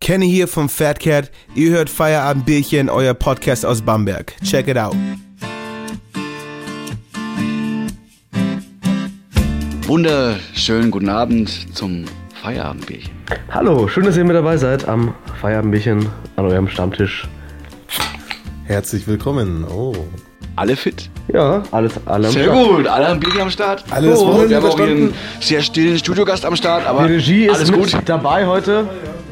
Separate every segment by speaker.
Speaker 1: Kenny hier vom Fat Cat. Ihr hört Feierabendbierchen, euer Podcast aus Bamberg. Check it out.
Speaker 2: Wunderschönen guten Abend zum Feierabendbierchen.
Speaker 3: Hallo, schön, dass ihr mit dabei seid am Feierabendbierchen an eurem Stammtisch.
Speaker 4: Herzlich willkommen. Oh.
Speaker 2: Alle fit?
Speaker 3: Ja, alles alle am
Speaker 2: Sehr
Speaker 3: Start.
Speaker 2: gut, alle haben Bierchen am Start.
Speaker 4: Alles
Speaker 2: oh,
Speaker 4: wohl
Speaker 2: Wir haben auch hier
Speaker 4: verstanden?
Speaker 2: einen sehr stillen Studiogast am Start, aber
Speaker 3: Die Regie ist
Speaker 2: alles
Speaker 3: mit
Speaker 2: gut.
Speaker 3: dabei heute.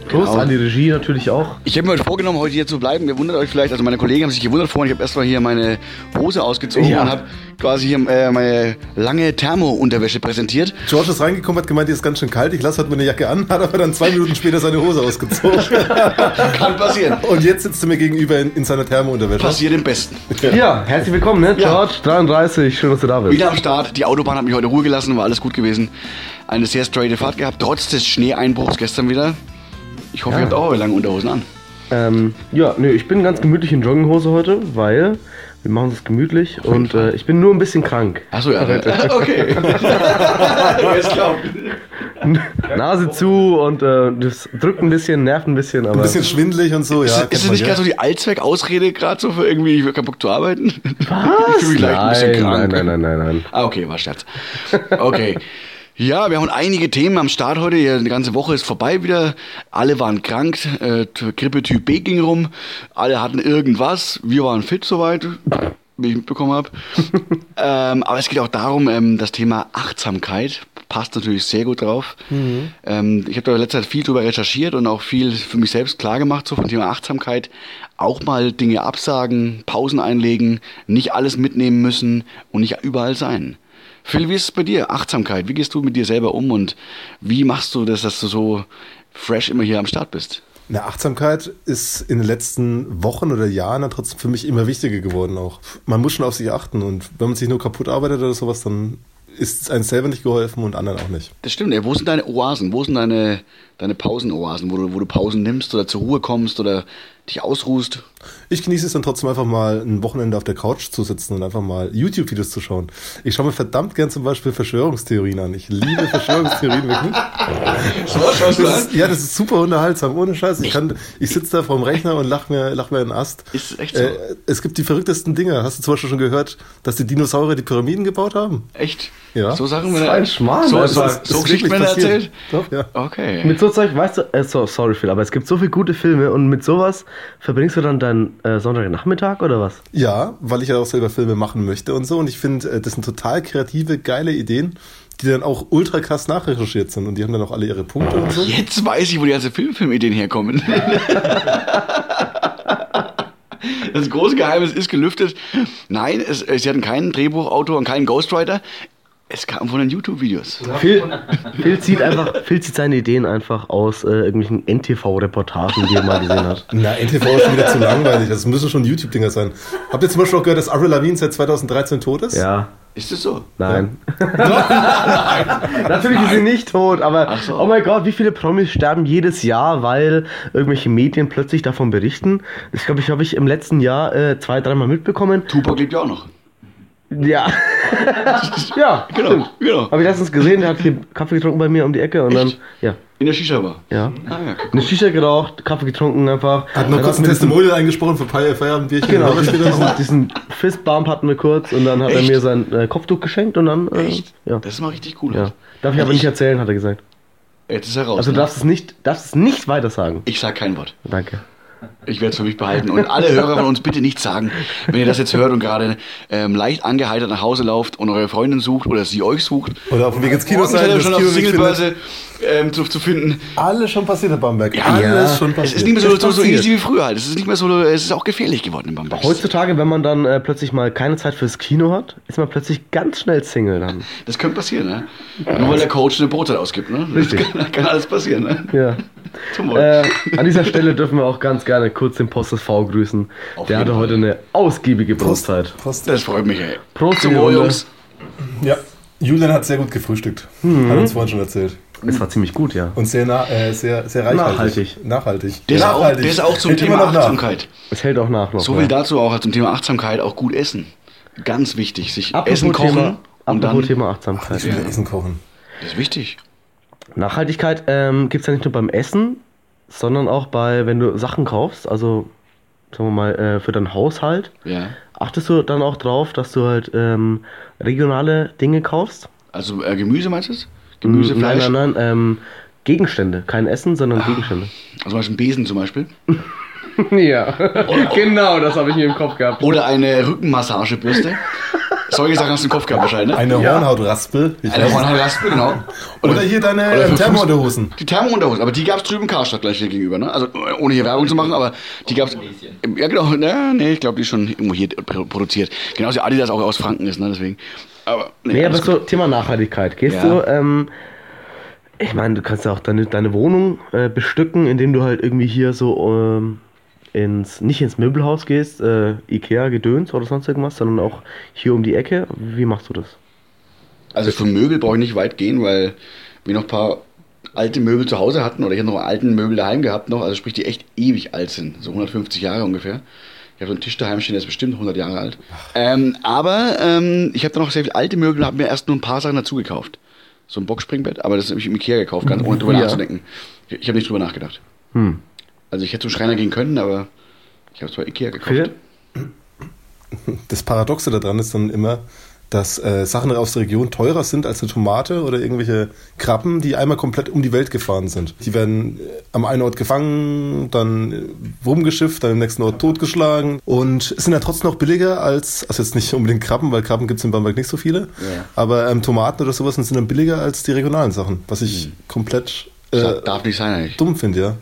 Speaker 3: Prost
Speaker 2: Genau.
Speaker 3: an die Regie natürlich auch.
Speaker 2: Ich habe mir heute vorgenommen, heute hier zu bleiben. Ihr wundert euch vielleicht, also meine Kollegen haben sich gewundert vorhin. Ich habe erstmal hier meine Hose ausgezogen
Speaker 3: Ja.
Speaker 2: und habe quasi hier äh, meine lange Thermo-Unterwäsche präsentiert.
Speaker 4: George ist reingekommen, hat gemeint, hier ist ganz schön kalt. Ich lasse heute meine Jacke an, hat aber dann zwei Minuten später seine Hose ausgezogen.
Speaker 2: Kann passieren.
Speaker 4: Und jetzt sitzt er mir gegenüber in, in seiner Thermounterwäsche.
Speaker 2: Passiert im Besten.
Speaker 3: Ja, herzlich willkommen, ne?
Speaker 2: Ja.
Speaker 3: George 33, schön, dass du da bist.
Speaker 2: Wieder am Start. Die Autobahn hat mich heute Ruhe gelassen, war alles gut gewesen. Eine sehr straighte Fahrt gehabt, trotz des Schneeeinbruchs gestern wieder. Ich hoffe, ihr habt auch eure langen Unterhosen an.
Speaker 3: Ähm, ja, nee, ich bin ganz gemütlich in Jogginghose heute, weil wir machen es gemütlich und äh, ich bin nur ein bisschen krank.
Speaker 2: Achso, ja. ne? Ah, Okay. Wer glaubt.
Speaker 3: Nase zu und äh, das drückt ein bisschen, nervt ein bisschen, aber.
Speaker 4: Ein bisschen schwindelig und so, ja.
Speaker 2: Ist, ist
Speaker 4: kennt
Speaker 2: das
Speaker 4: man,
Speaker 2: nicht
Speaker 4: ja.
Speaker 2: gerade so die Allzweckausrede gerade so für irgendwie, ich habe keinen Bock zu arbeiten?
Speaker 3: Was?
Speaker 2: Ich fühle mich gleich ein bisschen
Speaker 3: nein,
Speaker 2: krank.
Speaker 3: nein, nein, nein, nein,
Speaker 2: Ah, okay, war Scherz. Okay. Ja, wir haben einige Themen am Start heute. Ja, Die ganze Woche ist vorbei wieder. Alle waren krank. Äh, T- Grippe Typ B ging rum. Alle hatten irgendwas. Wir waren fit soweit, wie ich mitbekommen habe. ähm, aber es geht auch darum, ähm, das Thema Achtsamkeit passt natürlich sehr gut drauf. Ähm, ich habe da in letzter Zeit viel drüber recherchiert und auch viel für mich selbst klar gemacht, so vom Thema Achtsamkeit. Auch mal Dinge absagen, Pausen einlegen, nicht alles mitnehmen müssen und nicht überall sein. Phil, wie ist es bei dir? Achtsamkeit, wie gehst du mit dir selber um und wie machst du das, dass du so fresh immer hier am Start bist?
Speaker 4: Na, Achtsamkeit ist in den letzten Wochen oder Jahren dann trotzdem für mich immer wichtiger geworden auch. Man muss schon auf sich achten und wenn man sich nur kaputt arbeitet oder sowas, dann ist es einem selber nicht geholfen und anderen auch nicht.
Speaker 2: Das stimmt, ey. wo sind deine Oasen? Wo sind deine, deine Pausenoasen, wo du, wo du Pausen nimmst oder zur Ruhe kommst oder dich ausruhst?
Speaker 4: Ich genieße es dann trotzdem einfach mal ein Wochenende auf der Couch zu sitzen und einfach mal YouTube-Videos zu schauen. Ich schaue mir verdammt gern zum Beispiel Verschwörungstheorien an. Ich liebe Verschwörungstheorien wirklich. Das ist, ja, das ist super unterhaltsam, ohne Scheiß. Ich, kann, ich sitze da vorm Rechner und lach mir, lach mir einen Ast.
Speaker 2: Ist echt so?
Speaker 4: Äh, es gibt die verrücktesten Dinge. Hast du zum Beispiel schon gehört, dass die Dinosaurier die Pyramiden gebaut haben?
Speaker 2: Echt?
Speaker 4: Ja.
Speaker 2: So Sachen
Speaker 3: Das
Speaker 2: werden
Speaker 3: ist ein Schmarrn,
Speaker 2: So,
Speaker 3: Alter.
Speaker 2: so,
Speaker 3: Das
Speaker 4: ist
Speaker 2: so
Speaker 4: wirklich
Speaker 2: Geschichten werden
Speaker 4: passiert.
Speaker 2: erzählt.
Speaker 4: Doch, ja.
Speaker 2: Okay.
Speaker 3: Mit so Zeug, weißt du, äh, so, sorry Phil, aber es gibt so viele gute Filme und mit sowas verbringst du dann deinen äh, Sonntagnachmittag oder was?
Speaker 4: Ja, weil ich ja auch selber Filme machen möchte und so. Und ich finde, äh, das sind total kreative, geile Ideen, die dann auch ultra krass nachrecherchiert sind. Und die haben dann auch alle ihre Punkte und so.
Speaker 2: Jetzt weiß ich, wo die ganzen Film Filmideen herkommen. Das große Geheimnis ist gelüftet. Nein, es, es- sie hatten keinen Drehbuchautor und keinen Ghostwriter. Es kam von den YouTube-Videos.
Speaker 3: Phil, Phil zieht einfach, Phil zieht seine Ideen einfach aus äh, irgendwelchen NTV-Reportagen, die er mal gesehen hat.
Speaker 4: Na, NTV ist schon wieder zu langweilig. Das müssen schon YouTube-Dinger sein. Habt ihr zum Beispiel auch gehört, dass Avril Lavigne seit 2013 tot ist?
Speaker 3: Ja,
Speaker 2: Ist es so?
Speaker 3: nein. Natürlich ist sie nicht tot, aber
Speaker 2: so.
Speaker 3: oh mein Gott, wie viele Promis sterben jedes Jahr, weil irgendwelche Medien plötzlich davon berichten. Ich glaube, ich habe ich im letzten Jahr äh, zwei, dreimal mitbekommen.
Speaker 2: Tupac lebt ja auch noch.
Speaker 3: Ja. ja,
Speaker 2: Genau,
Speaker 3: stimmt.
Speaker 2: genau.
Speaker 3: Habe ich letztens gesehen, der hat hier Kaffee getrunken bei mir um die Ecke und
Speaker 2: Echt?
Speaker 3: dann, ja,
Speaker 2: In der Shisha-Bar.
Speaker 3: ja.
Speaker 2: Ah, ja, okay.
Speaker 3: Eine Shisha geraucht, Kaffee getrunken einfach.
Speaker 4: Hat noch
Speaker 3: Dann
Speaker 4: kurz ein
Speaker 3: hatten wir
Speaker 4: Testimonial eingesprochen für Feier- Feierabendbierchen.
Speaker 3: Genau,
Speaker 4: Aber später noch
Speaker 3: diesen,
Speaker 4: mal.
Speaker 3: diesen Fistbump hatten wir kurz und dann hat
Speaker 2: Echt?
Speaker 3: er mir sein äh, Kopftuch geschenkt und dann, äh,
Speaker 2: Echt?
Speaker 3: ja.
Speaker 2: Das ist mal richtig cool.
Speaker 3: ja. Darf ich aber nicht erzählen, hat er gesagt.
Speaker 2: Jetzt ist er raus.
Speaker 3: Also du
Speaker 2: ne?
Speaker 3: darfst es nicht, darfst es nicht weiter sagen.
Speaker 2: ich sag kein Wort.
Speaker 3: Danke.
Speaker 2: Ich werde es für mich behalten. Und alle Hörer von uns bitte nichts sagen, wenn ihr das jetzt hört und gerade ähm, leicht angeheitert nach Hause lauft und eure Freundin sucht oder sie euch sucht.
Speaker 4: Oder auf dem Weg ins Kino
Speaker 2: Morgen seid
Speaker 4: sein.
Speaker 2: ihr
Speaker 4: das
Speaker 2: schon auf
Speaker 4: Kino
Speaker 2: der
Speaker 4: sich findet.
Speaker 2: Singlebörse ähm, zu, zu finden.
Speaker 4: Alles schon passiert in Bamberg.
Speaker 2: Ja.
Speaker 4: Alles
Speaker 3: Ja.
Speaker 4: schon passiert.
Speaker 2: Es ist nicht mehr so,
Speaker 4: Echt
Speaker 2: so, so
Speaker 4: passiert.
Speaker 2: easy wie früher halt. Es ist nicht mehr so, es ist auch gefährlich geworden in Bamberg.
Speaker 3: Heutzutage, wenn man dann äh, plötzlich mal keine Zeit fürs Kino hat, ist man plötzlich ganz schnell Single dann.
Speaker 2: Das könnte passieren, ne? Nur weil der Coach eine Brotzeit ausgibt, ne?
Speaker 3: Richtig.
Speaker 2: Kann, kann alles passieren, ne?
Speaker 3: Ja.
Speaker 2: Zum Wohl.
Speaker 3: Äh, an dieser Stelle dürfen wir auch ganz gerne kurz den Post SV grüßen.
Speaker 2: Auf
Speaker 3: Der
Speaker 2: jeden
Speaker 3: hatte
Speaker 2: Fall.
Speaker 3: heute eine ausgiebige Brustzeit.
Speaker 4: Prost.
Speaker 2: Das freut mich, ey.
Speaker 3: Prost,
Speaker 2: Zum
Speaker 3: die
Speaker 2: Wohl,
Speaker 3: Runde.
Speaker 2: Jungs.
Speaker 4: Ja. Julian hat sehr gut gefrühstückt.
Speaker 3: Hm.
Speaker 4: Hat uns vorhin schon erzählt.
Speaker 3: Es war ziemlich gut, ja.
Speaker 4: Und sehr, nah, äh, sehr, sehr reichhaltig. Nachhaltig. Nachhaltig.
Speaker 2: Der ist, auch,
Speaker 4: Nachhaltig.
Speaker 2: der ist auch zum
Speaker 4: Hält immer
Speaker 2: Thema
Speaker 4: noch nach.
Speaker 2: Achtsamkeit.
Speaker 3: Es hält auch nach noch.
Speaker 2: So
Speaker 3: ja.
Speaker 2: viel dazu auch zum Thema Achtsamkeit, auch gut essen. Ganz wichtig, sich
Speaker 3: Apropos
Speaker 2: Essen kochen
Speaker 3: Thema,
Speaker 2: und
Speaker 3: apropos
Speaker 2: dann.
Speaker 3: Thema Achtsamkeit.
Speaker 4: Ich will Essen kochen.
Speaker 2: Das ist wichtig.
Speaker 3: Nachhaltigkeit ähm, gibt es ja nicht nur beim Essen, sondern auch bei, wenn du Sachen kaufst, also sagen wir mal äh, für deinen Haushalt,
Speaker 2: Ja.
Speaker 3: achtest du dann auch drauf, dass du halt ähm, regionale Dinge kaufst?
Speaker 2: Also äh, Gemüse meinst du? es? Gemüse, Fleisch?
Speaker 3: Nein, nein, nein, ähm, Gegenstände, kein Essen, sondern Gegenstände.
Speaker 2: Also zum Beispiel einen Besen zum Beispiel.
Speaker 3: ja, genau, das habe ich mir im Kopf gehabt.
Speaker 2: Oder eine Rückenmassagebürste. Solche Sachen hast du im Kopf gehabt wahrscheinlich. Ne?
Speaker 4: Eine Hornhautraspel. Ich
Speaker 2: Eine
Speaker 4: weiß nicht.
Speaker 2: Hornhaarlaspe, genau.
Speaker 4: Oder hier deine
Speaker 2: Oder
Speaker 4: ähm,
Speaker 2: für
Speaker 4: Thermounterhosen.
Speaker 2: Die Thermounterhose, aber die gab es drüben in Karstadt gleich hier gegenüber, ne? Also äh, ohne hier Werbung zu machen, aber die gab es. Ja genau, ne, nee, ich glaube, die ist schon irgendwo hier pr- produziert. Genauso wie Adidas auch aus Franken ist, ne? Deswegen. Aber
Speaker 3: Nee, aber
Speaker 2: alles
Speaker 3: so Thema Nachhaltigkeit. Gehst
Speaker 2: Ja.
Speaker 3: du, ähm, ich meine, du kannst ja auch deine, deine Wohnung äh, bestücken, indem du halt irgendwie hier so ähm, ins, nicht ins Möbelhaus gehst, äh, Ikea, Gedöns oder sonst irgendwas, sondern auch hier um die Ecke. Wie machst du das?
Speaker 2: Also für Möbel brauche ich nicht weit gehen, weil wir noch ein paar alte Möbel zu Hause hatten oder ich habe noch einen alten Möbel daheim gehabt noch, also sprich die echt ewig alt sind, so 150 Jahre ungefähr. Ich habe so einen Tisch daheim stehen, der ist bestimmt 100 Jahre alt. Ähm, aber ähm, ich habe da noch sehr viele alte Möbel und habe mir erst nur ein paar Sachen dazu gekauft. So ein Boxspringbett, aber das habe ich im Ikea gekauft, ganz ohne drüber
Speaker 3: Ja.
Speaker 2: nachzudenken. Ich, ich habe nicht drüber nachgedacht.
Speaker 3: Hm.
Speaker 2: Also ich hätte zum Schreiner gehen können, aber ich habe es bei Ikea gekauft.
Speaker 3: Philipp?
Speaker 4: Das Paradoxe daran ist dann immer, dass äh, Sachen aus der Region teurer sind als eine Tomate oder irgendwelche Krabben, die einmal komplett um die Welt gefahren sind. Die werden äh, am einen Ort gefangen, dann äh, rumgeschifft, dann im nächsten Ort totgeschlagen und sind dann trotzdem noch billiger als, also jetzt nicht unbedingt Krabben, weil Krabben gibt es in Bamberg nicht so viele,
Speaker 2: Ja.
Speaker 4: aber ähm, Tomaten oder sowas sind dann billiger als die regionalen Sachen, was ich komplett äh,
Speaker 2: Das darf nicht sein eigentlich.
Speaker 4: dumm finde, ja.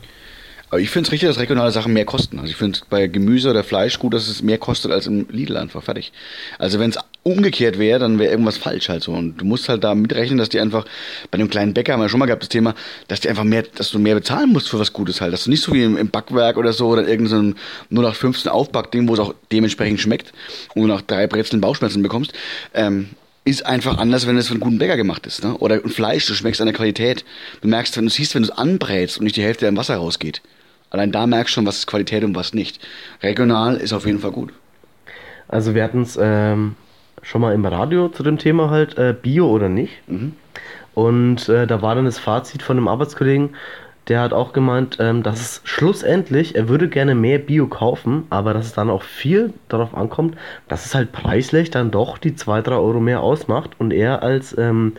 Speaker 2: Aber ich finde es richtig, dass regionale Sachen mehr kosten. Also ich finde es bei Gemüse oder Fleisch gut, dass es mehr kostet als im Lidl einfach. Fertig. Also wenn es umgekehrt wäre, dann wäre irgendwas falsch halt so. Und du musst halt da mitrechnen, dass die einfach, bei dem kleinen Bäcker haben wir schon mal gehabt das Thema, dass die einfach mehr, dass du mehr bezahlen musst für was Gutes halt. Dass du nicht so wie im, im Backwerk oder so oder in irgendeinem 0815 Aufbackding, wo es auch dementsprechend schmeckt und du nach drei Brezeln Bauchschmerzen bekommst. Ähm, ist einfach anders, wenn es von einem guten Bäcker gemacht ist. Ne? Oder ein Fleisch, du schmeckst an der Qualität. Du merkst, wenn du siehst, wenn du es anbrätst und nicht die Hälfte im Wasser rausgeht. Allein da merkst du schon, was ist Qualität und was nicht. Regional ist auf jeden Fall gut.
Speaker 3: Also wir hatten es ähm, schon mal im Radio zu dem Thema halt, äh, Bio oder nicht. Und äh, da war dann das Fazit von einem Arbeitskollegen, der hat auch gemeint, ähm, dass es schlussendlich, er würde gerne mehr Bio kaufen, aber dass es dann auch viel darauf ankommt, dass es halt preislich dann doch die 2-3 Euro mehr ausmacht und er als ähm,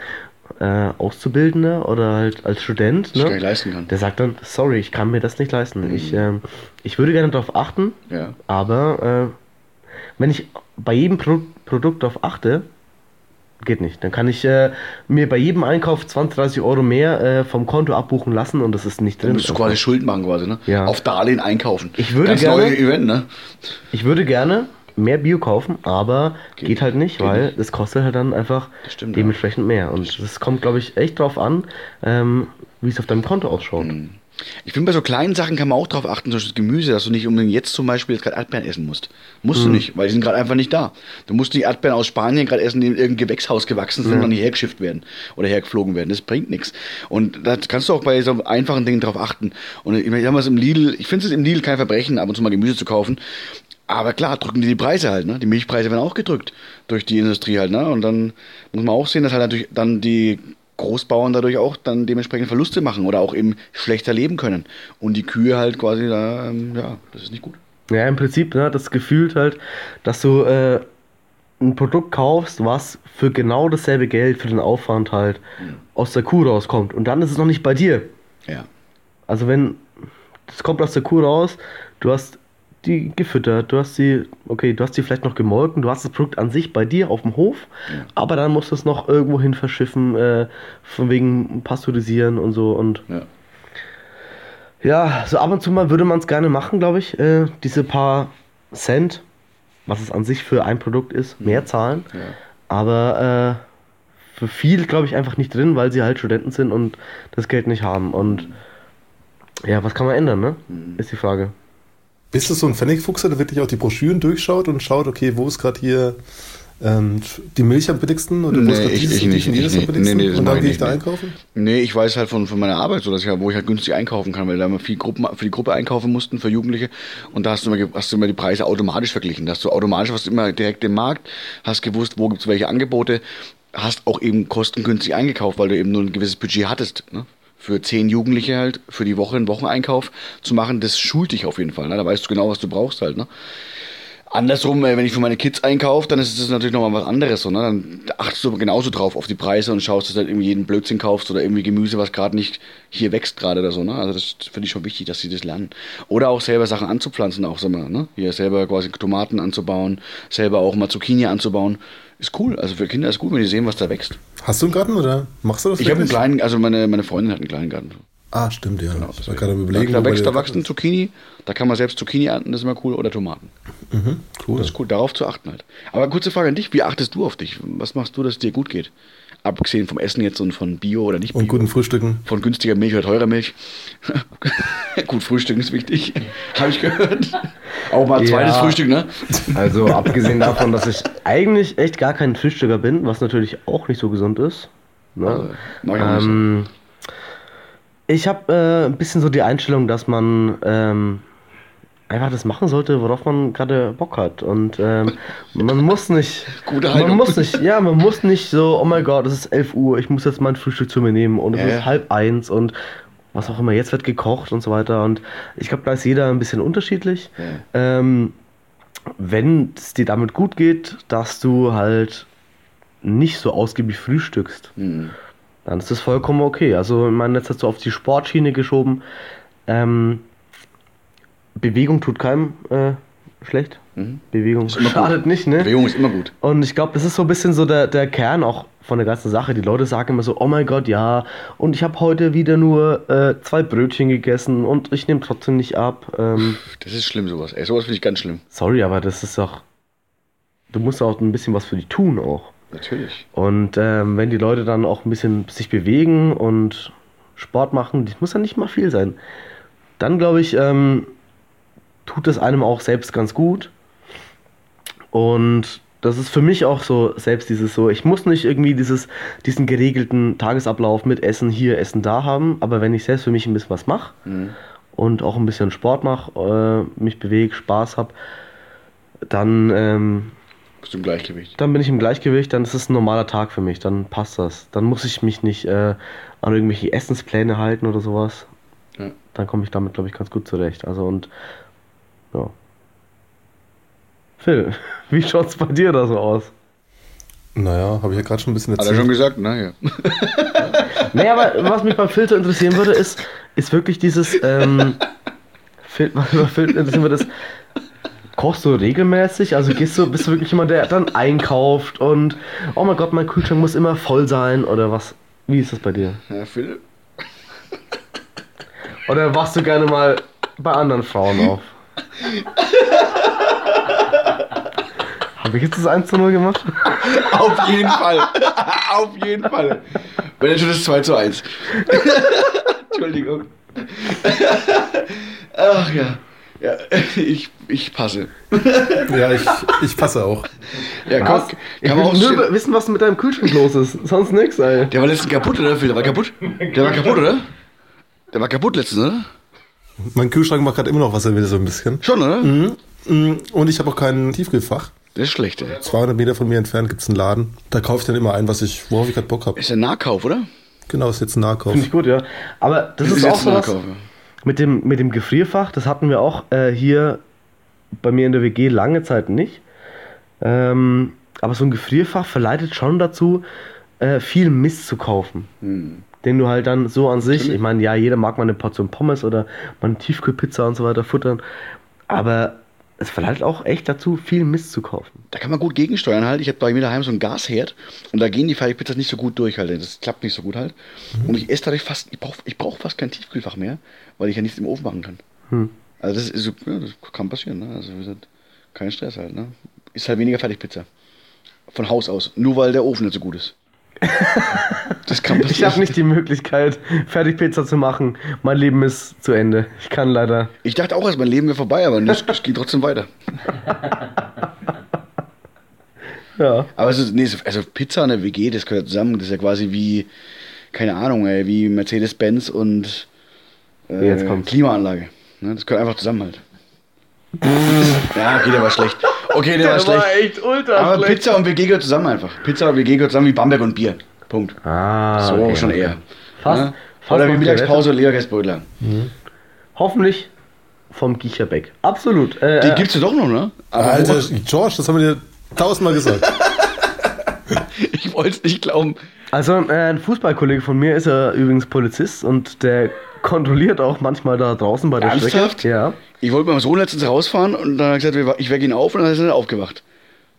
Speaker 3: äh, Auszubildender oder halt als Student,
Speaker 2: Das gar nicht
Speaker 3: ne,
Speaker 2: leisten kann.
Speaker 3: der sagt dann, sorry, ich kann mir das nicht leisten. Ich, ähm, ich würde gerne darauf achten,
Speaker 2: Mhm. Ja.
Speaker 3: aber äh, wenn ich bei jedem Pro Produkt darauf achte, geht nicht. Dann kann ich äh, mir bei jedem Einkauf 20, 30 Euro mehr äh, vom Konto abbuchen lassen und das ist nicht
Speaker 2: Dann
Speaker 3: drin.
Speaker 2: musst du quasi Schulden machen quasi, ne?
Speaker 3: Ja.
Speaker 2: Auf Darlehen einkaufen.
Speaker 3: Ich würde
Speaker 2: Ganz
Speaker 3: gerne-
Speaker 2: neue Event, ne?
Speaker 3: Ich würde gerne mehr Bio kaufen, aber
Speaker 2: Geht-
Speaker 3: geht, halt nicht,
Speaker 2: geht
Speaker 3: weil
Speaker 2: nicht.
Speaker 3: es kostet halt dann einfach
Speaker 2: Das stimmt,
Speaker 3: dementsprechend mehr. Und es kommt, glaube ich, echt drauf an, ähm, wie es auf deinem Konto ausschaut.
Speaker 2: Ich finde, bei so kleinen Sachen kann man auch drauf achten, zum Beispiel das Gemüse, dass du nicht unbedingt jetzt zum Beispiel jetzt gerade Erdbeeren essen musst. Musst du nicht, weil die sind gerade einfach nicht da. Du musst die Erdbeeren aus Spanien gerade essen, die in irgendeinem Gewächshaus gewachsen sind und dann hierher geschifft werden oder hergeflogen werden. Das bringt nichts. Und da kannst du auch bei so einfachen Dingen drauf achten. Und ich meine, ich sag mal, es im Lidl, ich finde es im Lidl kein Verbrechen, ab und zu mal Gemüse zu kaufen. Aber klar, drücken die die Preise halt, ne? Die Milchpreise werden auch gedrückt durch die Industrie halt, ne? Und dann muss man auch sehen, dass halt natürlich dann die Großbauern dadurch auch dann dementsprechend Verluste machen oder auch eben schlechter leben können. Und die Kühe halt quasi da, ähm, ja, das ist nicht gut.
Speaker 3: Ja, im Prinzip, ne, das Gefühl halt, dass du äh, ein Produkt kaufst, was für genau dasselbe Geld, für den Aufwand halt aus der Kuh rauskommt. Und dann ist es noch nicht bei dir.
Speaker 2: Ja.
Speaker 3: Also wenn, das kommt aus der Kuh raus, du hast die gefüttert, du hast sie, okay, du hast sie vielleicht noch gemolken, du hast das Produkt an sich bei dir auf dem Hof, aber dann musst du es noch irgendwo hin verschiffen, äh, von wegen Pasteurisieren und so und
Speaker 2: ja.
Speaker 3: ja, so ab und zu mal würde man es gerne machen, glaube ich. Äh, diese paar Cent, was es an sich für ein Produkt ist, mehr zahlen.
Speaker 2: Ja.
Speaker 3: Aber äh, für viel, glaube ich, einfach nicht drin, weil sie halt Studenten sind und das Geld nicht haben. Und ja, was kann man ändern, ne? Ist die Frage.
Speaker 4: Bist du so ein Pfennigfuchser, der wirklich auch die Broschüren durchschaut und schaut, okay, wo ist gerade hier ähm, die Milch am billigsten oder wo ist
Speaker 2: Nee,
Speaker 4: gerade
Speaker 2: ich-
Speaker 4: dieses
Speaker 2: ich
Speaker 4: und
Speaker 2: nicht,
Speaker 4: und
Speaker 2: ich
Speaker 4: jenes am
Speaker 2: nicht.
Speaker 4: billigsten
Speaker 2: Nee, nee, das
Speaker 4: und
Speaker 2: mach
Speaker 4: dann
Speaker 2: ich
Speaker 4: gehe ich
Speaker 2: nicht,
Speaker 4: da
Speaker 2: nee.
Speaker 4: einkaufen?
Speaker 2: Nee, ich weiß halt von, von meiner Arbeit so, dass ich, halt- wo ich halt günstig einkaufen kann, weil da immer viel Gruppen, für die Gruppe einkaufen mussten, für Jugendliche. Und da hast du immer, ge- hast du immer die Preise automatisch verglichen. Da hast du automatisch hast du immer direkt im Markt, hast gewusst, wo gibt's welche Angebote, hast auch eben kostengünstig eingekauft, weil du eben nur ein gewisses Budget hattest, ne? für zehn Jugendliche halt für die Woche einen Wocheneinkauf zu machen, das schult dich auf jeden Fall. Ne? Da weißt du genau, was du brauchst halt. Ne? Andersrum, äh, wenn ich für meine Kids einkaufe, dann ist es natürlich nochmal was anderes. So, ne? Dann achtest du genauso drauf auf die Preise und schaust, dass du halt irgendwie jeden Blödsinn kaufst oder irgendwie Gemüse, was gerade nicht hier wächst gerade oder so. Ne? Also das finde ich schon wichtig, dass sie das lernen. Oder auch selber Sachen anzupflanzen, auch sagen wir, ne? Hier selber quasi Tomaten anzubauen, selber auch mal Zucchini anzubauen. Ist cool. Also für Kinder ist gut, wenn die sehen, was da wächst.
Speaker 4: Hast du einen Garten oder machst du das?
Speaker 2: Ich habe einen
Speaker 4: wirklich?
Speaker 2: kleinen, Genau, also meine, meine Freundin hat einen kleinen Garten.
Speaker 4: Ah, stimmt, ja. ich war
Speaker 2: Deswegen.
Speaker 4: gerade am überlegen.
Speaker 2: Da, da
Speaker 4: wobei
Speaker 2: wächst,
Speaker 4: der-
Speaker 2: da wachsen Zucchini, da kann man selbst Zucchini ernten, das ist immer cool, oder Tomaten.
Speaker 4: Cool.
Speaker 2: Das ist cool, darauf zu achten halt. Aber kurze Frage an dich, wie achtest du auf dich? Was machst du, dass es dir gut geht? Abgesehen vom Essen jetzt und von Bio oder nicht Bio.
Speaker 4: Und guten Frühstücken.
Speaker 2: Von günstiger Milch oder teurer Milch. gut, Frühstück ist wichtig, habe ich gehört. Auch mal ein
Speaker 3: Ja.
Speaker 2: zweites Frühstück, ne?
Speaker 3: Also abgesehen davon, dass ich eigentlich echt gar kein Frühstücker bin, was natürlich auch nicht so gesund ist. Ne?
Speaker 2: Also, mach ich auch nicht so.
Speaker 3: ähm, ich habe äh, ein bisschen so die Einstellung, dass man ähm, einfach das machen sollte, worauf man gerade Bock hat. Und ähm, man muss nicht.
Speaker 2: Gute
Speaker 3: man
Speaker 2: Haltung.
Speaker 3: muss nicht, ja, man muss nicht so, oh mein Gott, es ist 11 Uhr, ich muss jetzt mein Frühstück zu mir nehmen und es
Speaker 2: Ja, ja.
Speaker 3: ist halb eins und was auch immer, jetzt wird gekocht und so weiter. Und ich glaube, da ist jeder ein bisschen unterschiedlich. Ähm, wenn es dir damit gut geht, dass du halt nicht so ausgiebig frühstückst,
Speaker 2: Hm.
Speaker 3: dann ist das vollkommen okay. Also, ich meine, jetzt hast du auf die Sportschiene geschoben. Ähm, Bewegung tut keinem äh, schlecht.
Speaker 2: Mhm.
Speaker 3: Bewegung
Speaker 2: immer gut.
Speaker 3: schadet nicht, ne?
Speaker 2: Bewegung ist immer gut.
Speaker 3: Und ich glaube, das ist so ein bisschen so der, der Kern auch von der ganzen Sache. Die Leute sagen immer so, oh mein Gott, ja, und ich habe heute wieder nur äh, zwei Brötchen gegessen und ich nehme trotzdem nicht ab. Ähm,
Speaker 2: Das ist schlimm, sowas. Ey, sowas finde ich ganz schlimm.
Speaker 3: sorry, aber das ist doch... Du musst auch ein bisschen was für die tun auch.
Speaker 2: Natürlich.
Speaker 3: Und ähm, wenn die Leute dann auch ein bisschen sich bewegen und Sport machen, das muss ja nicht mal viel sein, dann glaube ich, ähm, tut es einem auch selbst ganz gut. Und das ist für mich auch so selbst dieses so, ich muss nicht irgendwie dieses, diesen geregelten Tagesablauf mit Essen hier, Essen da haben, aber wenn ich selbst für mich ein bisschen was mache
Speaker 2: Mhm.
Speaker 3: und auch ein bisschen Sport mache, äh, mich bewege, Spaß habe, dann ähm,
Speaker 2: Bist du im Gleichgewicht.
Speaker 3: dann bin ich im Gleichgewicht, dann ist es ein normaler Tag für mich, dann passt das. Dann muss ich mich nicht äh, an irgendwelche Essenspläne halten oder sowas.
Speaker 2: Ja.
Speaker 3: Dann komme ich damit, glaube ich, ganz gut zurecht. Also und ja. Phil, wie schaut's bei dir da so aus?
Speaker 4: Naja, habe ich ja gerade schon ein bisschen
Speaker 2: Hat er
Speaker 4: erzählt.
Speaker 2: schon gesagt, ne? Ja.
Speaker 3: Nee, aber was mich beim Filter interessieren würde, ist, ist wirklich dieses, ähm, Fil was mich beim Filter interessieren würde, ist, kochst du regelmäßig? Also gehst du, bist du wirklich jemand, der dann einkauft und, oh mein Gott, mein Kühlschrank muss immer voll sein oder was? Wie ist das bei dir?
Speaker 2: ja Phil,
Speaker 3: Oder wachst du gerne mal bei anderen Frauen auf? Habe ich jetzt das 1 zu 0 gemacht?
Speaker 2: Auf jeden Fall. Auf jeden Fall. Wenn dann schon das 2 zu 1. Entschuldigung. Ach ja. ja ich, ich passe.
Speaker 4: Ja, ich, ich passe auch.
Speaker 2: Ja,
Speaker 3: Was?
Speaker 2: komm,
Speaker 3: Ich
Speaker 2: kann man auch
Speaker 3: will
Speaker 2: stehen.
Speaker 3: nur wissen, was mit deinem Kühlschrank los ist. Sonst nix, ey.
Speaker 2: Der war letztens kaputt, oder? Phil? Der war kaputt. Der war kaputt, oder? Der war kaputt letztens, oder?
Speaker 4: Mein Kühlschrank macht gerade immer noch, was er will, so ein bisschen.
Speaker 2: Schon, oder?
Speaker 3: Mhm.
Speaker 4: Mm, Und ich habe auch kein Tiefkühlfach.
Speaker 2: Das ist schlecht, ey.
Speaker 4: 200 Meter von mir entfernt gibt's einen Laden. Da kaufe ich dann immer ein, was ich, worauf ich gerade Bock habe.
Speaker 2: Ist ein Nahkauf, oder?
Speaker 4: Genau, ist jetzt ein Nahkauf.
Speaker 3: Finde ich gut, ja. Aber das ist auch so was
Speaker 2: ja.
Speaker 3: mit dem, mit dem Gefrierfach. Das hatten wir auch äh, hier bei mir in der WG lange Zeit nicht. Ähm, aber so ein Gefrierfach verleitet schon dazu, äh, viel Mist zu kaufen.
Speaker 2: Hm.
Speaker 3: Den du halt dann so an sich, ich meine, ja, jeder mag mal eine Portion Pommes oder mal eine Tiefkühlpizza und so weiter futtern. Aber es verleitet auch echt dazu, viel Mist zu kaufen.
Speaker 2: Da kann man gut gegensteuern halt. Ich habe bei mir daheim so einen Gasherd und da gehen die Fertigpizzas nicht so gut durch halt. Das klappt nicht so gut halt.
Speaker 3: Mhm.
Speaker 2: Und ich esse dadurch fast, ich brauche ich brauch fast kein Tiefkühlfach mehr, weil ich ja nichts im Ofen machen kann.
Speaker 3: Hm.
Speaker 2: Also das, ist, so- ja, das kann passieren. Ne? Also wie gesagt, kein Stress halt. Ne? Ist halt weniger Fertigpizza. Von Haus aus. Nur weil der Ofen nicht so gut ist. das kann passieren.
Speaker 3: Ich habe nicht die Möglichkeit, fertig Pizza zu machen. Mein Leben ist zu Ende. Ich kann leider
Speaker 2: Ich dachte auch erst, mein Leben wäre vorbei, aber es es ging trotzdem weiter.
Speaker 3: Ja.
Speaker 2: Aber es ist, nee, es ist- also Pizza und eine WG, das gehört zusammen. Das ist ja quasi wie, keine Ahnung, ey, wie Mercedes-Benz und äh,
Speaker 3: Jetzt kommt's.
Speaker 2: Klimaanlage. Ne, das gehört einfach zusammen halt. ja, okay, der war schlecht. Okay, der, war schlecht.
Speaker 3: echt ultra
Speaker 2: Aber Pizza und WG gehört zusammen einfach. Pizza und WG gehört zusammen wie Bamberg und Bier. Punkt.
Speaker 3: Ah,
Speaker 2: so,
Speaker 3: okay,
Speaker 2: schon
Speaker 3: okay.
Speaker 2: eher.
Speaker 3: Fast,
Speaker 2: Ne? Oder wie
Speaker 3: Fastnacht
Speaker 2: Mittagspause und Leberkäsbrötler.
Speaker 3: Hoffentlich vom Gicherbeck. Absolut. Äh,
Speaker 2: Die
Speaker 3: äh,
Speaker 2: gibt's ja doch noch, ne?
Speaker 4: Alter, George, das haben wir dir tausendmal gesagt.
Speaker 2: Ich wollte es nicht glauben.
Speaker 3: also äh, ein Fußballkollege von mir ist ja übrigens Polizist und der kontrolliert auch manchmal da draußen bei der
Speaker 2: Ernsthaft?
Speaker 3: Strecke. Ja.
Speaker 2: Ich wollte mit meinem Sohn letztens rausfahren und dann hat er gesagt, wir- ich wecke ihn auf und dann ist er aufgewacht.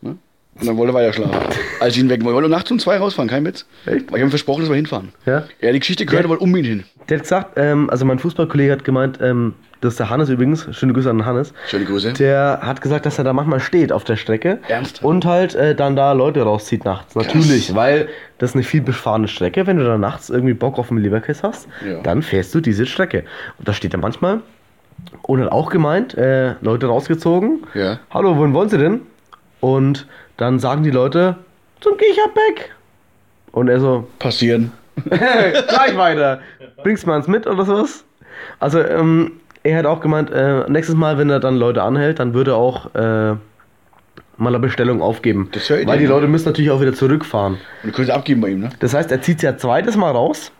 Speaker 2: Ne? Und dann wollte er weiter schlafen. Als ich ihn wecken wollte, wollte er nachts um zwei rausfahren, kein Witz. Weil ich habe ihm versprochen, dass wir hinfahren.
Speaker 3: Ja.
Speaker 2: Er hat die Geschichte gehört,
Speaker 3: Ja.
Speaker 2: er wollte um ihn hin.
Speaker 3: Der hat gesagt, ähm, also mein Fußballkollege hat gemeint, ähm, das ist der Hannes übrigens, schöne Grüße an den Hannes.
Speaker 2: Schöne Grüße.
Speaker 3: Der hat gesagt, dass er da manchmal steht auf der Strecke
Speaker 2: Ernsthaft?
Speaker 3: und halt äh, dann da Leute rauszieht nachts. Natürlich, weil das ist eine viel befahrene Strecke. Wenn du da nachts irgendwie Bock auf einen Leberkiss hast,
Speaker 2: Ja.
Speaker 3: dann fährst du diese Strecke. Und da steht er manchmal und hat auch gemeint, äh, Leute rausgezogen.
Speaker 2: Ja.
Speaker 3: Hallo, wohin wollen Sie denn? Und dann sagen die Leute, zum Kicherbeck. Und er so,
Speaker 2: Passieren.
Speaker 3: gleich weiter. Bringst mal uns mit oder sowas? Also, ähm, er hat auch gemeint, äh, nächstes Mal, wenn er dann Leute anhält, dann würde er auch äh, mal eine Bestellung aufgeben.
Speaker 2: Das wäre
Speaker 3: Weil die
Speaker 2: ideal.
Speaker 3: Leute müssen natürlich auch wieder zurückfahren.
Speaker 2: Und du könntest abgeben bei ihm, ne?
Speaker 3: Das heißt, er zieht sie ja zweites Mal raus,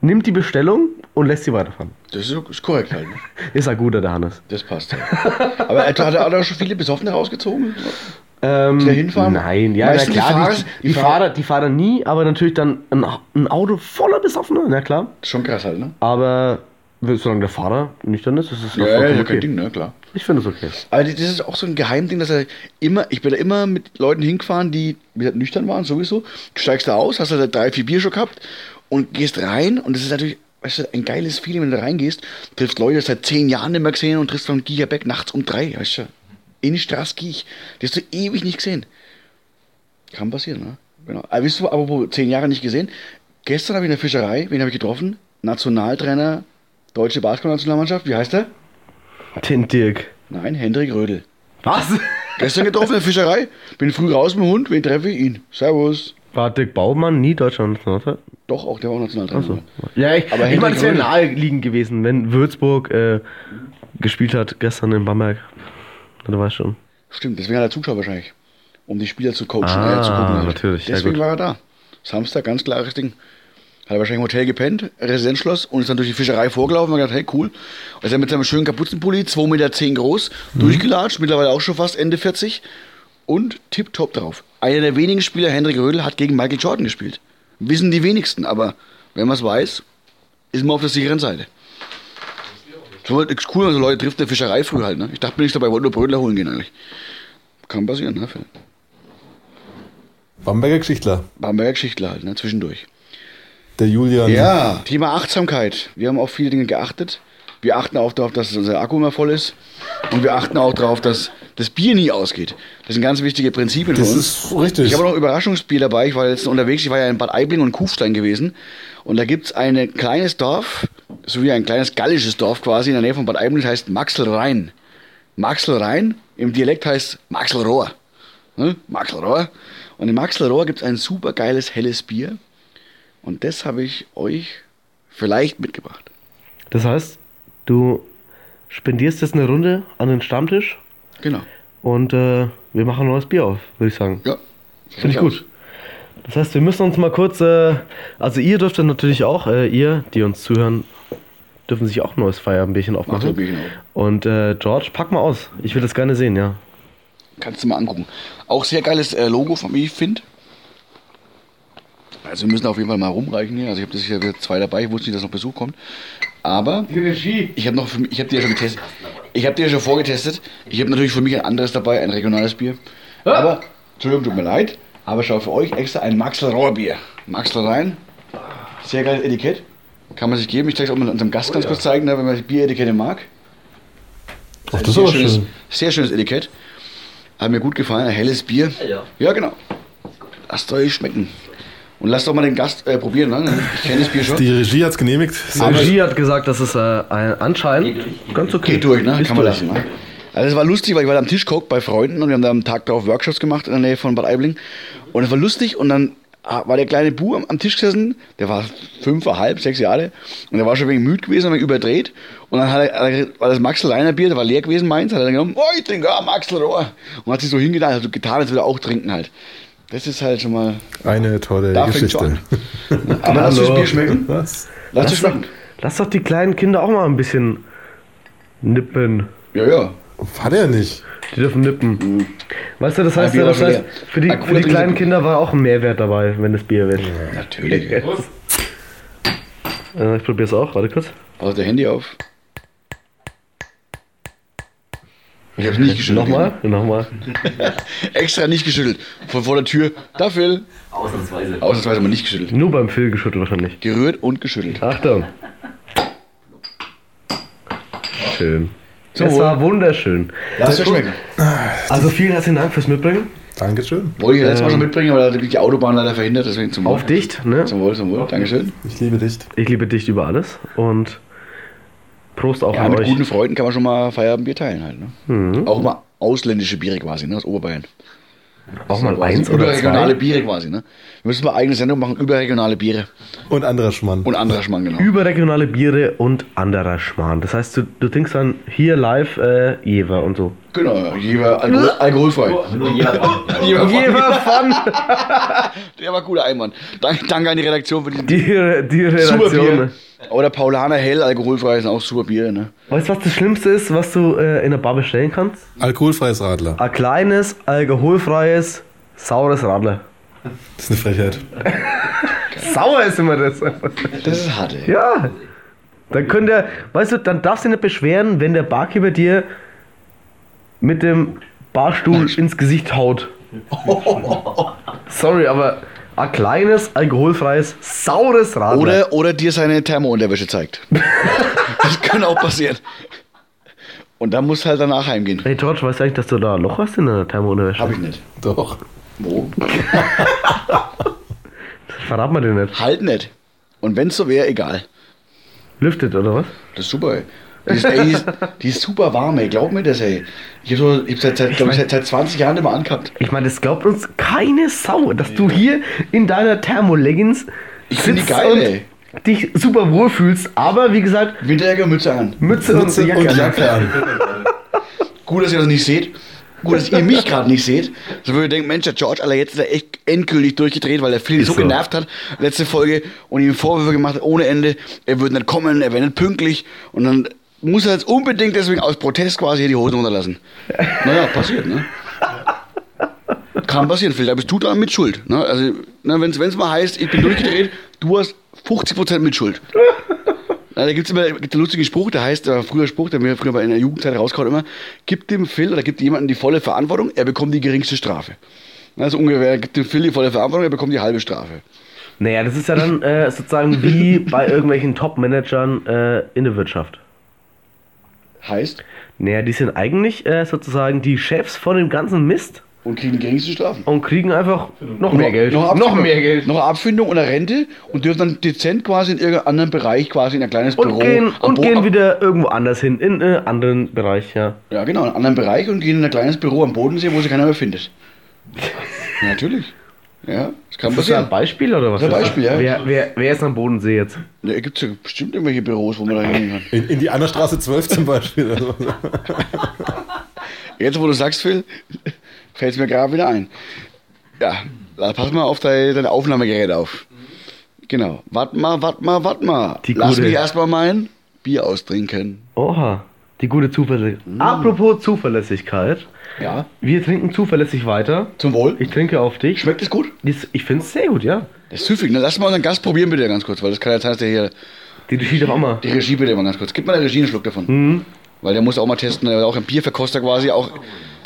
Speaker 3: nimmt die Bestellung und lässt sie weiterfahren.
Speaker 2: Das ist, ist korrekt halt. Ne?
Speaker 3: Ist ein guter, der Hannes.
Speaker 2: Das passt. Halt. Aber hat, hat er auch schon viele Besoffene rausgezogen?
Speaker 3: Ähm,
Speaker 2: der hinfahren?
Speaker 3: Nein, ja, na
Speaker 2: Meistens die
Speaker 3: klar, die,
Speaker 2: Fahrer-
Speaker 3: die,
Speaker 2: die Fahrer-
Speaker 3: Fahrer, die Fahrer nie, aber natürlich dann ein, ein Auto voller Besoffener, na klar.
Speaker 2: Schon krass halt, ne?
Speaker 3: Aber solange der Fahrer nüchtern ist, ist es doch vollkommen okay.
Speaker 2: kein Ding, ne? Klar.
Speaker 3: Ich finde es okay.
Speaker 2: Aber das ist auch so ein Geheimding, dass er immer, ich bin da immer mit Leuten hingefahren, die wie gesagt, nüchtern waren, sowieso. Du steigst da aus, hast da drei, vier Bier schon gehabt und gehst rein. Und das ist natürlich weißt du, ein geiles Feeling, wenn du da reingehst. Triffst Leute, die du seit zehn Jahren nicht mehr gesehen und triffst von Gigabeck nachts um drei, weißt du. In die Straße geh ich. Die hast du ewig nicht gesehen. Kann passieren, ne? Genau. Aber wisst du, apropos zehn Jahre nicht gesehen? Gestern habe ich in der Fischerei, wen habe ich getroffen? Nationaltrainer, deutsche Basketballnationalmannschaft, wie heißt er?
Speaker 3: Den Dirk.
Speaker 2: Nein, Hendrik Rödel.
Speaker 3: Was?
Speaker 2: Gestern getroffen in der Fischerei. Bin früh raus mit dem Hund. Wen treffe ich? Ihn. Servus.
Speaker 3: War Dirk Baumann nie Deutschland? oder?
Speaker 2: Doch, auch der war auch Nationaltrainer.
Speaker 3: Ja, ich,
Speaker 2: Aber
Speaker 3: ich meine,
Speaker 2: Henrik
Speaker 3: es wäre
Speaker 2: Rödel.
Speaker 3: naheliegend gewesen, wenn Würzburg äh, gespielt hat gestern in Bamberg. Du weißt schon.
Speaker 2: Stimmt, deswegen hat er Zuschauer wahrscheinlich. Um die Spieler zu coachen.
Speaker 3: Ah,
Speaker 2: äh, zu gucken halt.
Speaker 3: natürlich, ja,
Speaker 2: Deswegen
Speaker 3: gut.
Speaker 2: war er da. Samstag, ganz klares Ding. Hat er wahrscheinlich im Hotel gepennt, Residenzschloss und ist dann durch die Fischerei vorgelaufen und hat gedacht, hey, cool. Und ist er mit seinem schönen Kapuzenpulli, 2,10 Meter groß,
Speaker 3: Mhm.
Speaker 2: durchgelatscht, mittlerweile auch schon fast Ende 40 und tipptopp drauf. Einer der wenigen Spieler, Hendrik Rödel, hat gegen Michael Jordan gespielt. Wissen die wenigsten, aber wenn man es weiß, ist man auf der sicheren Seite. So halt, ist cool, wenn man so Leute trifft in der Fischerei früh halt. Ne? Ich dachte mir nicht dabei, wollte nur Brötler holen gehen eigentlich. Kann passieren, ne? Phil?
Speaker 4: Bamberger Geschichtler,
Speaker 2: Bamberger Geschichtler halt, ne? Zwischendurch.
Speaker 4: der Julian.
Speaker 2: Ja, Thema Achtsamkeit. Wir haben auf viele Dinge geachtet. Wir achten auch darauf, dass unser Akku immer voll ist. Und wir achten auch darauf, dass das Bier nie ausgeht. Das sind ganz wichtige Prinzipien
Speaker 4: Das
Speaker 2: für uns.
Speaker 4: ist richtig.
Speaker 2: Ich habe noch ein Überraschungsbier dabei. Ich war jetzt unterwegs. Ich war ja in Bad Aibling und Kufstein gewesen. Und da gibt es ein kleines Dorf, sowie ein kleines gallisches Dorf quasi in der Nähe von Bad Aibling, das heißt Maxelrhein. Maxelrhein im Dialekt heißt Maxelrohr. Ne? Maxelrohr. Und in Maxelrohr gibt es ein super geiles helles Bier. Und das habe ich euch vielleicht mitgebracht.
Speaker 3: Das heißt, du spendierst jetzt eine Runde an den Stammtisch
Speaker 2: Genau.
Speaker 3: und äh, wir machen ein neues Bier auf, würde ich sagen.
Speaker 2: Ja.
Speaker 3: Finde ich gut. Das heißt, wir müssen uns mal kurz, äh, also ihr dürft dann natürlich auch, äh, ihr, die uns zuhören, dürfen sich auch ein neues Feierbierchen
Speaker 2: Macht
Speaker 3: aufmachen.
Speaker 2: euch ein Bierchen auf.
Speaker 3: Und äh, George, pack mal aus. Ich will das gerne sehen, ja.
Speaker 2: Kannst du mal angucken. Auch sehr geiles äh, Logo von mir, finde. Also wir müssen auf jeden Fall mal rumreichen hier. Also ich habe das hier wieder zwei dabei. Ich wusste nicht, dass noch Besuch kommt. Aber ich habe noch, für mich- ich habe dir ja schon getestet. Ich habe dir ja schon vorgetestet. Ich habe natürlich für mich ein anderes dabei, ein regionales Bier. Aber Entschuldigung, tut mir leid. Aber schau für euch extra ein Maxel Rohrbier. Maxel rein. Sehr geiles Etikett. Kann man sich geben. Ich zeige es auch mal unserem Gast ganz kurz zeigen, ne, wenn man die Bieretikette mag.
Speaker 4: Ach, das ist
Speaker 2: Sehr
Speaker 4: aber
Speaker 2: schönes,
Speaker 4: schön.
Speaker 2: sehr schönes Etikett. Hat mir gut gefallen. Ein helles Bier. Ja, genau. Lasst euch schmecken. Und lasst doch mal den Gast äh, probieren. Ne? Ich kenne das Bier schon.
Speaker 4: Die Regie hat es genehmigt. Sehr
Speaker 3: Aber
Speaker 4: schön.
Speaker 3: Regie hat gesagt, das ist äh, ein- anscheinend ganz okay.
Speaker 2: Geht durch, ne?
Speaker 3: Ist
Speaker 2: Kann man
Speaker 3: durch.
Speaker 2: lassen. Ne? Also es war lustig, weil ich war am Tisch geguckt bei Freunden und wir haben da am Tag darauf Workshops gemacht in der Nähe von Bad Aibling. Und es war lustig und dann ah, war der kleine Bu am, am Tisch gesessen, der war fünfeinhalb, sechs Jahre und der war schon wegen müde gewesen, wegen überdreht. Und dann hat er, hat er- war das Maxel Reiner Bier, der war leer gewesen, meins, hat er dann genommen, oh, ich trinke auch Maxel Rohr. Und hat sich so hingetan, hat so getan, als würde er auch trinken halt. Das ist halt schon mal,
Speaker 4: Eine tolle
Speaker 2: da fängt schon
Speaker 4: Geschichte.
Speaker 2: an. Aber lass uns das Bier schmecken.
Speaker 4: Was?
Speaker 2: Lass dich
Speaker 3: Lass doch,
Speaker 2: schmecken.
Speaker 3: lass doch die kleinen Kinder auch mal ein bisschen nippen.
Speaker 2: Ja, ja.
Speaker 4: Hat er nicht.
Speaker 3: Die dürfen nippen.
Speaker 2: Mhm.
Speaker 3: Weißt du, das heißt,
Speaker 2: Bier
Speaker 3: ja, das
Speaker 2: war
Speaker 3: heißt
Speaker 2: wieder-
Speaker 3: für, die,
Speaker 2: Ah, cool,
Speaker 3: für die
Speaker 2: trinken
Speaker 3: kleinen
Speaker 2: Sie-
Speaker 3: Kinder war auch ein Mehrwert dabei, wenn das Bier wird.
Speaker 2: Natürlich.
Speaker 3: Äh, ich probier's auch, warte kurz.
Speaker 2: Pass dein Handy auf. Ich hab's nicht geschüttelt.
Speaker 3: Nochmal, nochmal.
Speaker 2: Extra nicht geschüttelt. Von vor der Tür. Da Phil. Ausnahmsweise. Ausnahmsweise mal nicht geschüttelt.
Speaker 3: Nur beim Phil geschüttelt wahrscheinlich.
Speaker 2: Gerührt und geschüttelt.
Speaker 3: Achtung. Schön.
Speaker 2: Zum
Speaker 3: es
Speaker 2: Wohl.
Speaker 3: war wunderschön.
Speaker 2: Lass dir schmecken.
Speaker 3: Also vielen herzlichen Dank fürs Mitbringen.
Speaker 4: Dankeschön.
Speaker 2: Wollte ich ja letztes Mal schon mitbringen, aber da hat die Autobahn leider verhindert, deswegen zum Wohl.
Speaker 3: Ähm. Auf dicht, ne?
Speaker 2: Zum Wohl, zum Wohl. Dankeschön.
Speaker 4: Ich liebe dich.
Speaker 3: Ich liebe dich über alles und Prost auch
Speaker 2: Ja,
Speaker 3: an
Speaker 2: mit
Speaker 3: euch. Mhm.
Speaker 2: guten Freunden kann man schon mal Feierabendbier teilen halt. Ne? Auch mal ausländische Biere quasi, ne? aus Oberbayern. Also
Speaker 3: Auch mal eins oder
Speaker 2: Überregionale
Speaker 3: zwei.
Speaker 2: Biere quasi. Ne? Wir müssen mal eigene Sendung machen, überregionale Biere
Speaker 4: Und anderer Schmann.
Speaker 2: und anderer Schmarrn, genau.
Speaker 3: Überregionale Biere und anderer Schmarrn. Das heißt, du, du trinkst dann hier live äh, Jever und so.
Speaker 2: Genau, jeweils Alkohol, alkoholfrei. Jever Fun.
Speaker 3: Jever-Fun!
Speaker 2: Der war ein guter Einwand. Dank- Danke an die Redaktion für diesen
Speaker 3: Die, die
Speaker 2: super
Speaker 3: Redaktion. ne?
Speaker 2: Bier. Oder Paulaner Hell, alkoholfrei, sind auch super Biere. Ne?
Speaker 3: Weißt du, was das Schlimmste ist, was du äh, in der Bar bestellen kannst?
Speaker 4: Alkoholfreies Radler.
Speaker 3: Ein kleines, alkoholfreies, saures Radler.
Speaker 4: Das ist eine Frechheit.
Speaker 3: Sauer ist immer das.
Speaker 2: Das ist hart, ey.
Speaker 3: ja. Dann könnt ihr, weißt du, dann darfst du nicht beschweren, wenn der Barkeeper dir mit dem Barstuhl ins Gesicht haut. Sorry, aber ein kleines, alkoholfreies, saures Radler.
Speaker 2: Oder, oder dir seine Thermounterwäsche zeigt. das kann auch passieren. Und dann musst du halt danach heimgehen.
Speaker 3: Hey George, weißt du eigentlich, dass du da ein Loch hast in der Thermounterwäsche?
Speaker 2: Hab ich nicht.
Speaker 4: Doch.
Speaker 2: Wo?
Speaker 3: Verrat mal den nicht.
Speaker 2: Halt nicht. Und wenn's so wäre, egal.
Speaker 3: Lüftet, oder was?
Speaker 2: Das ist super, ey. Die ist, ey, die ist, die ist super warm, ey. Glaub mir das, ey. Ich hab, so, ich hab seit, seit, glaub ich, seit, seit 20 Jahren nicht mehr angehabt.
Speaker 3: Ich meine, das glaubt uns keine Sau, dass du hier in deiner Thermoleggings
Speaker 2: Ich find die geil, ey.
Speaker 3: und dich super wohlfühlst, aber wie gesagt,
Speaker 2: Winterjacke, Mütze an.
Speaker 3: Mütze,
Speaker 4: Mütze
Speaker 3: und Jacke.
Speaker 4: und Jacke an.
Speaker 2: Gut, dass ihr das nicht seht. Gut, dass ihr mich gerade nicht seht. So würde ich denken, Mensch, der George, Alter, jetzt ist er echt endgültig durchgedreht, weil der Phil ihn so,
Speaker 3: so.
Speaker 2: genervt hat, letzte Folge, und ihm Vorwürfe gemacht hat ohne Ende. Er wird nicht kommen, er wäre nicht pünktlich. Und dann muss er jetzt unbedingt deswegen aus Protest quasi hier die Hosen runterlassen. Naja, passiert, ne? Kann passieren, Phil, da bist du dran mit Schuld. Ne? Also, wenn es mal heißt, ich bin durchgedreht, du hast 50% mit Schuld. Na, da gibt es immer gibt's einen lustigen Spruch, der heißt, äh, früher Spruch, der mir früher bei in der Jugendzeit rauskommt, immer, gibt dem Phil oder gibt jemandem die volle Verantwortung, er bekommt die geringste Strafe. Also ungefähr, gibt dem Phil die volle Verantwortung, er bekommt die halbe Strafe.
Speaker 3: Naja, das ist ja dann äh, sozusagen wie bei irgendwelchen Top-Managern äh, in der Wirtschaft.
Speaker 2: Heißt,
Speaker 3: Naja, die sind eigentlich äh, sozusagen die Chefs von dem ganzen Mist
Speaker 2: und kriegen die geringste Strafe.
Speaker 3: und kriegen einfach noch mehr Geld.
Speaker 2: Noch,
Speaker 3: Noch
Speaker 2: Abfindung-
Speaker 3: mehr Geld.
Speaker 2: Noch Abfindung und eine Rente und dürfen dann dezent quasi in irgendeinem anderen Bereich, quasi in ein kleines
Speaker 3: Und
Speaker 2: Büro.
Speaker 3: gehen,
Speaker 2: am
Speaker 3: und
Speaker 2: Bo-
Speaker 3: gehen
Speaker 2: am-
Speaker 3: wieder irgendwo anders hin, in einen anderen Bereich, ja.
Speaker 2: Ja, genau, in einen anderen Bereich und gehen in ein kleines Büro am Bodensee, wo sie keiner mehr findet. Ja, natürlich. Ja, das kann
Speaker 3: Ist das
Speaker 2: passieren.
Speaker 3: ein Beispiel oder was?
Speaker 2: Das ist ein
Speaker 3: ist das?
Speaker 2: Beispiel, ja.
Speaker 3: Wer, wer, wer ist am Bodensee jetzt?
Speaker 2: Da gibt es ja bestimmt irgendwelche Büros, wo man da hingehen kann.
Speaker 4: In, in die Annerstraße 12 zum Beispiel. Also,
Speaker 2: Jetzt, wo du sagst, Phil, fällt es mir gerade wieder ein. Ja, da pass mal auf dein, dein Aufnahmegerät auf. Genau. Wart mal, wart mal, wart mal.
Speaker 3: Die
Speaker 2: Lass
Speaker 3: gute.
Speaker 2: mich erstmal mein Bier austrinken.
Speaker 3: Oha, die gute Zuverlässigkeit.
Speaker 2: Mm.
Speaker 3: Apropos Zuverlässigkeit.
Speaker 2: Ja.
Speaker 3: Wir trinken zuverlässig weiter.
Speaker 2: Zum Wohl.
Speaker 3: Ich trinke auf dich.
Speaker 2: Schmeckt es gut?
Speaker 3: Dies- Ich finde es sehr gut, ja.
Speaker 2: Das ist süffig. Ne? Lass mal unseren Gast probieren, bitte, ganz kurz, weil das kann ja sein, dass der hier.
Speaker 3: Die geschieht auch mal.
Speaker 2: Die Regie bitte mal ganz kurz. Gib mal der Regie einen Schluck davon.
Speaker 4: Mhm.
Speaker 2: Weil der muss auch mal testen. Der war auch ein Bierverkoster quasi. Auch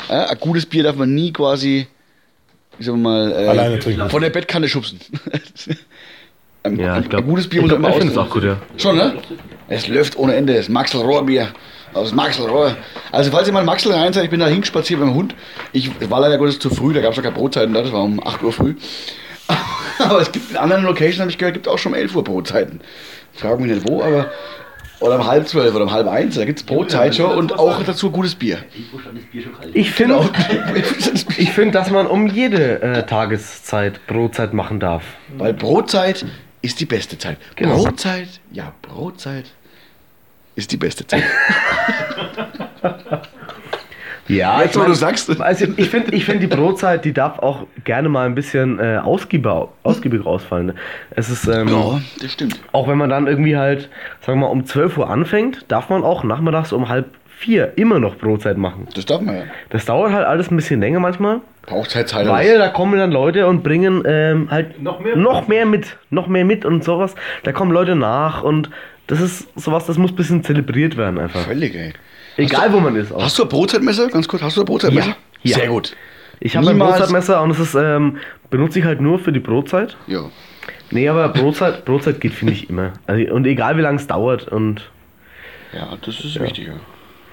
Speaker 2: äh, ein gutes Bier darf man nie quasi, wie sagen wir mal, äh,
Speaker 4: Alleine trinken.
Speaker 2: von der Bettkante schubsen. ein,
Speaker 3: Ja,
Speaker 2: ein,
Speaker 3: ich glaub-
Speaker 2: ein gutes Bier
Speaker 3: ich
Speaker 2: muss
Speaker 3: glaub,
Speaker 2: man
Speaker 3: ich
Speaker 2: auch
Speaker 3: find's auch gut, ja.
Speaker 2: Schon, ne? Es läuft ohne Ende. Das Maxel-Rohr-Bier. Aus Maxel-Rohr. Also, falls ihr mal in Maxel rein seid, ich bin da hingespaziert mit dem Hund. Ich es war leider Gottes zu früh, da gab es ja keine Brotzeiten da. Das war um 8 Uhr früh. Aber es gibt in anderen Locations, habe ich gehört, gibt auch schon um 11 Uhr Brotzeiten. Frag mich nicht wo, aber. Oder um halb zwölf oder um halb eins, da gibt es Brotzeit schon und auch dazu gutes Bier.
Speaker 3: Ich finde, ich find, dass man um jede äh, Tageszeit Brotzeit machen darf.
Speaker 2: Weil Brotzeit ist die beste Zeit.
Speaker 3: Genau.
Speaker 2: Brotzeit, ja, Brotzeit ist die beste Zeit.
Speaker 3: Ja,
Speaker 2: Jetzt, wo
Speaker 3: mein,
Speaker 2: du sagst.
Speaker 3: Also ich finde, ich find, die Brotzeit, die darf auch gerne mal ein bisschen äh, ausgiebiger, ausgiebiger ausfallen. Es ist, ähm,
Speaker 2: Ja, das stimmt.
Speaker 3: auch wenn man dann irgendwie halt, sagen wir mal, um 12 Uhr anfängt, darf man auch nachmittags um halb vier immer noch Brotzeit machen.
Speaker 2: Das darf man ja.
Speaker 3: Das dauert halt alles ein bisschen länger manchmal,
Speaker 2: Braucht halt Zeit.
Speaker 3: weil da kommen dann Leute und bringen ähm, halt
Speaker 5: Noch mehr?
Speaker 3: noch mehr mit, noch mehr mit und sowas. Da kommen Leute nach und das ist sowas, das muss ein bisschen zelebriert werden einfach.
Speaker 2: Völlig, ey.
Speaker 3: Egal wo man ist auch.
Speaker 2: Hast du ein Brotzeitmesser? Ganz kurz, hast du ein Brotzeitmesser?
Speaker 3: Ja, ja.
Speaker 2: Sehr gut.
Speaker 3: Ich habe ein
Speaker 2: Niemals-
Speaker 3: Brotzeitmesser und das ist, ähm, benutze ich halt nur für die Brotzeit.
Speaker 2: Ja.
Speaker 3: Nee, aber Brotzeit, Brotzeit geht, finde ich, immer. Also, und egal wie lange es dauert und
Speaker 2: Ja, das ist wichtig, ja.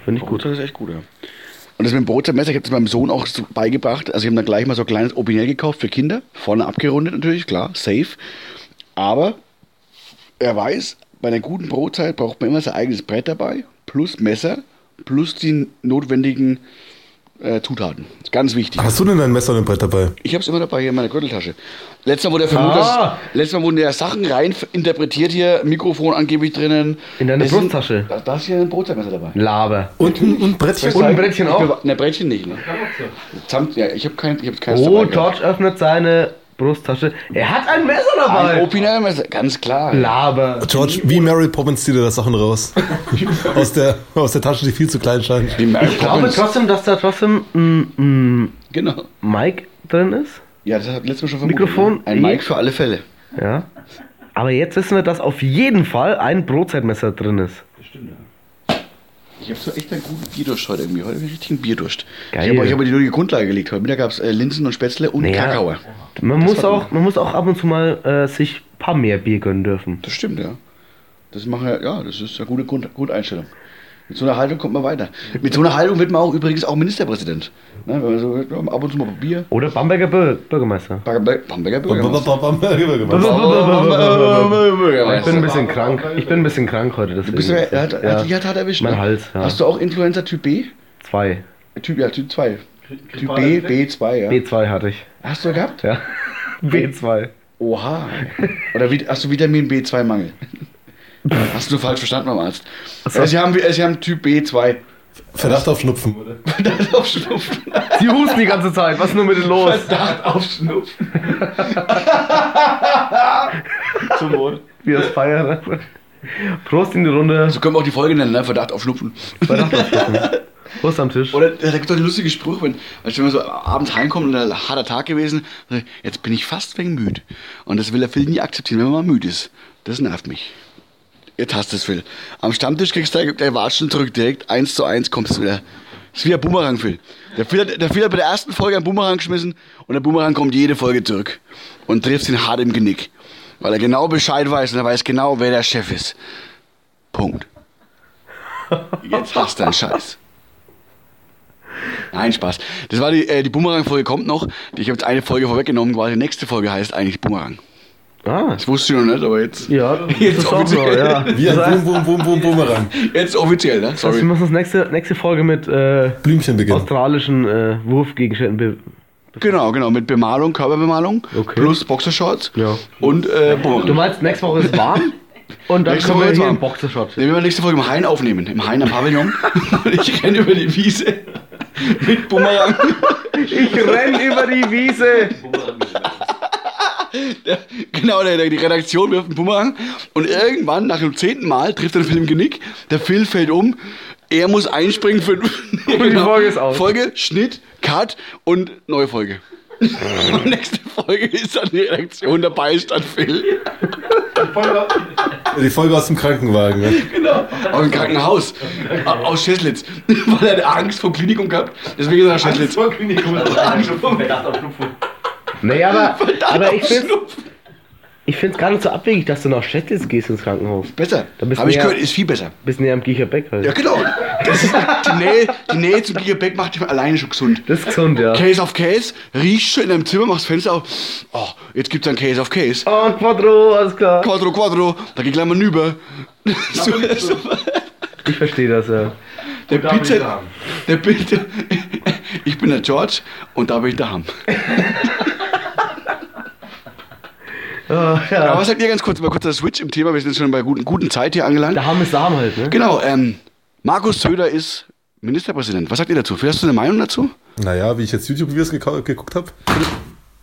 Speaker 3: finde ich gut.
Speaker 2: Brotzeit ist echt gut, ja. Und das mit dem Brotzeitmesser, ich habe das meinem Sohn auch so beigebracht. Also ich habe dann gleich mal so ein kleines Opinel gekauft für Kinder. Vorne abgerundet natürlich, klar, safe. Aber er weiß, bei einer guten Brotzeit braucht man immer sein eigenes Brett dabei, plus Messer, plus die notwendigen äh, Zutaten. Ist ganz wichtig.
Speaker 4: Hast du denn ein Messer und ein Brett dabei?
Speaker 2: Ich habe es immer dabei hier in meiner Gürteltasche. Letztes Mal wurde ja vermutet,
Speaker 3: Ah!
Speaker 2: dass- letztes Mal wurden ja Sachen rein interpretiert hier, Mikrofon angeblich drinnen.
Speaker 3: In deine
Speaker 2: Es sind-
Speaker 3: Brusttasche?
Speaker 2: Da, da ist hier ein Brotzeitmesser dabei.
Speaker 3: Laber.
Speaker 4: Und ein, und ein Brettchen?
Speaker 3: Und ein Brettchen
Speaker 2: Ich
Speaker 3: auch?
Speaker 2: bewa- Ne, Brettchen nicht. Ne? Samt, ja, ich habe kein, ich hab keins
Speaker 3: Oh,
Speaker 2: dabei gehabt.
Speaker 3: George öffnet seine Brusttasche. Er hat ein Messer
Speaker 2: Ein
Speaker 3: dabei.
Speaker 2: Opinel-Messer, ganz klar.
Speaker 3: Laber.
Speaker 4: George, wie Mary Poppins zieht er das Sachen raus. aus, der, aus der Tasche, die viel zu klein scheint.
Speaker 2: Die Mary
Speaker 3: Ich glaube
Speaker 2: Poppins.
Speaker 3: trotzdem, dass da trotzdem ein
Speaker 2: Genau.
Speaker 3: Mic drin ist.
Speaker 2: Ja, das hat letztes Mal schon vermutet.
Speaker 3: Mikrofon? eh
Speaker 2: Ne? Ein Mic für alle Fälle.
Speaker 3: Ja. Aber jetzt wissen wir, dass auf jeden Fall ein Brotzeitmesser drin ist.
Speaker 2: Ich habe so echt einen guten Bierdurst heute irgendwie. Heute hab ich richtig einen Bierdurst.
Speaker 3: Geil.
Speaker 2: Ich habe hab mir die nur die Grundlage gelegt. Heute Mittag gab es äh, Linsen und Spätzle und
Speaker 3: Naja,
Speaker 2: Kakao.
Speaker 3: Man
Speaker 2: Das
Speaker 3: muss,
Speaker 2: hat
Speaker 3: auch, man muss auch ab und zu mal äh, sich ein paar mehr Bier gönnen dürfen.
Speaker 2: Das stimmt, ja. Das machen ja, ja, das ist eine gute Grund, Grundeinstellung. Mit so einer Haltung kommt man weiter. Mit so einer Haltung wird man auch übrigens auch Ministerpräsident. Ne, wenn man so ja, ab und zu mal Bier.
Speaker 3: Oder Bamberger Bür Bürgermeister.
Speaker 2: Bamberger Bamberger Bürgermeister.
Speaker 4: Brettchen.
Speaker 2: Bamberger
Speaker 3: Ich bin ein
Speaker 2: Bürgermeister.
Speaker 3: bisschen krank. Ich bin ein bisschen krank heute. Deswegen.
Speaker 2: Bist du, er hat,
Speaker 3: ja.
Speaker 2: Die hat hart erwischt.
Speaker 3: Mein
Speaker 2: ne?
Speaker 3: Hals, ja.
Speaker 2: Hast du auch Influencer Typ B?
Speaker 3: Zwei.
Speaker 2: Typ, ja, Typ 2. Typ ne?
Speaker 5: gripaler
Speaker 2: B,
Speaker 5: Infekt?
Speaker 2: B2, ja.
Speaker 3: B2 hatte ich.
Speaker 2: Hast du gehabt?
Speaker 3: Ja. B2.
Speaker 2: Oha. Oder wie, hast du Vitamin B2-Mangel? Hast du falsch verstanden beim Arzt?
Speaker 3: so.
Speaker 2: Äh, Sie haben, äh, Sie haben Typ B2.
Speaker 4: Verdacht auf Schnupfen. oder?
Speaker 2: Das auf Schnupfen.
Speaker 3: Sie husten die ganze Zeit. Was ist nur mit denen los?
Speaker 2: Verdacht auf Schnupfen.
Speaker 5: Zum Wohl.
Speaker 3: Wie das feiern. Prost in die Runde.
Speaker 2: So können wir auch die Folge nennen, ne? Verdacht auf Schnupfen.
Speaker 3: Prost am Tisch.
Speaker 2: Oder äh, da gibt es doch den lustigen Spruch, wenn, als wenn man so abends heimkommt und ein harter Tag gewesen, äh, jetzt bin ich fast wegen müde. Und das will der Phil nie akzeptieren, wenn man mal müde ist. Das nervt mich. Jetzt hast du es, Phil. Am Stammtisch kriegst du der Watschen zurück direkt, eins zu eins kommst du wieder. Das ist wieder Boomerang, Phil. Der Phil, hat, der Phil hat bei der ersten Folge einen Boomerang geschmissen und der Boomerang kommt jede Folge zurück und trifft ihn hart im Genick. Weil er genau Bescheid weiß und er weiß genau, wer der Chef ist. Punkt. Jetzt hast du einen Scheiß. Nein, Spaß. Das war die, äh, die Boomerang-Folge kommt noch. Ich habe jetzt eine Folge vorweggenommen, quasi die nächste Folge heißt eigentlich Boomerang.
Speaker 3: Ah.
Speaker 2: Das wusste ich noch nicht, aber jetzt,
Speaker 3: Ja, das
Speaker 2: Jetzt
Speaker 3: ist auch so,
Speaker 2: offiziell.
Speaker 3: ja.
Speaker 4: Wie
Speaker 3: das heißt,
Speaker 4: ein Boom, Boom, Boom, Boom, Boomerang.
Speaker 2: jetzt offiziell, ne?
Speaker 3: wir
Speaker 2: Sorry.
Speaker 3: müssen uns nächste, nächste Folge mit äh,
Speaker 4: Blümchen beginnen.
Speaker 3: australischen äh, Wurfgegenständen be
Speaker 2: Genau, genau, mit Bemalung, Körperbemalung,
Speaker 3: Okay.
Speaker 2: plus Boxershorts
Speaker 3: Ja.
Speaker 2: und äh,
Speaker 3: Du
Speaker 2: Boomerang.
Speaker 3: meinst, nächste Woche ist warm? Und dann
Speaker 2: Nächste
Speaker 3: können wir
Speaker 2: Woche ist
Speaker 3: hier
Speaker 2: warm.
Speaker 3: einen Boxershot.
Speaker 2: Dann werden wir nächste Folge im Hain aufnehmen. Im Hain am Pavillon. Und ich renne über die Wiese mit Boomerang.
Speaker 3: Ich renn über die Wiese.
Speaker 2: Genau, der, der, die Redaktion wirft einen Bumerang und irgendwann, nach dem zehnten Mal, trifft er den Film Genick, der Phil fällt um, er muss einspringen für
Speaker 3: Und die Folge ist aus.
Speaker 2: Folge, Schnitt, Cut und neue Folge. und nächste Folge ist dann die Redaktion dabei statt Phil.
Speaker 4: Die Folge aus dem Krankenwagen. Ne?
Speaker 2: Aus dem Krankenhaus. A- Aus Schäßlitz. Weil er hat Angst vor Klinikum gehabt. Deswegen ist er nach Schäßlitz.
Speaker 3: Naja, aber, aber ich find's, ich find's gar nicht so abwegig, dass du nach Schädlitz gehst ins Krankenhaus.
Speaker 2: Besser.
Speaker 3: Da bist
Speaker 2: Habe
Speaker 3: du
Speaker 2: ich
Speaker 3: ja-
Speaker 2: gehört, ist viel besser.
Speaker 3: Bist näher am Gicherbeck halt.
Speaker 2: Ja, genau. Das ist, die, Nähe, die Nähe zum Gigabeck macht ihn alleine schon gesund.
Speaker 3: Das ist gesund,
Speaker 5: Äh?
Speaker 3: ja.
Speaker 2: Case auf Case, riechst du in deinem Zimmer, machst Fenster auf. Oh, jetzt gibt's ein Case auf Case.
Speaker 3: Und Quattro, alles klar.
Speaker 2: Quadro, Quadro, da geht gleich mal nüber. So, so,
Speaker 3: Ich verstehe das, ja.
Speaker 2: der
Speaker 5: da bin ich
Speaker 2: Pizza,
Speaker 5: daheim.
Speaker 2: der Pizza. Ich bin der George und da bin ich daheim.
Speaker 3: Ah, ja.
Speaker 2: Aber was sagt ihr ganz kurz, mal kurzer Switch im Thema, wir sind jetzt schon bei guten, guten Zeit hier angelangt.
Speaker 3: Da haben es Samen halt, ne?
Speaker 2: Genau, ähm, Markus Söder ist Ministerpräsident. Was sagt ihr dazu? Phil, Hast du eine Meinung dazu?
Speaker 4: Naja, wie ich jetzt YouTube-Videos geka- geguckt habe.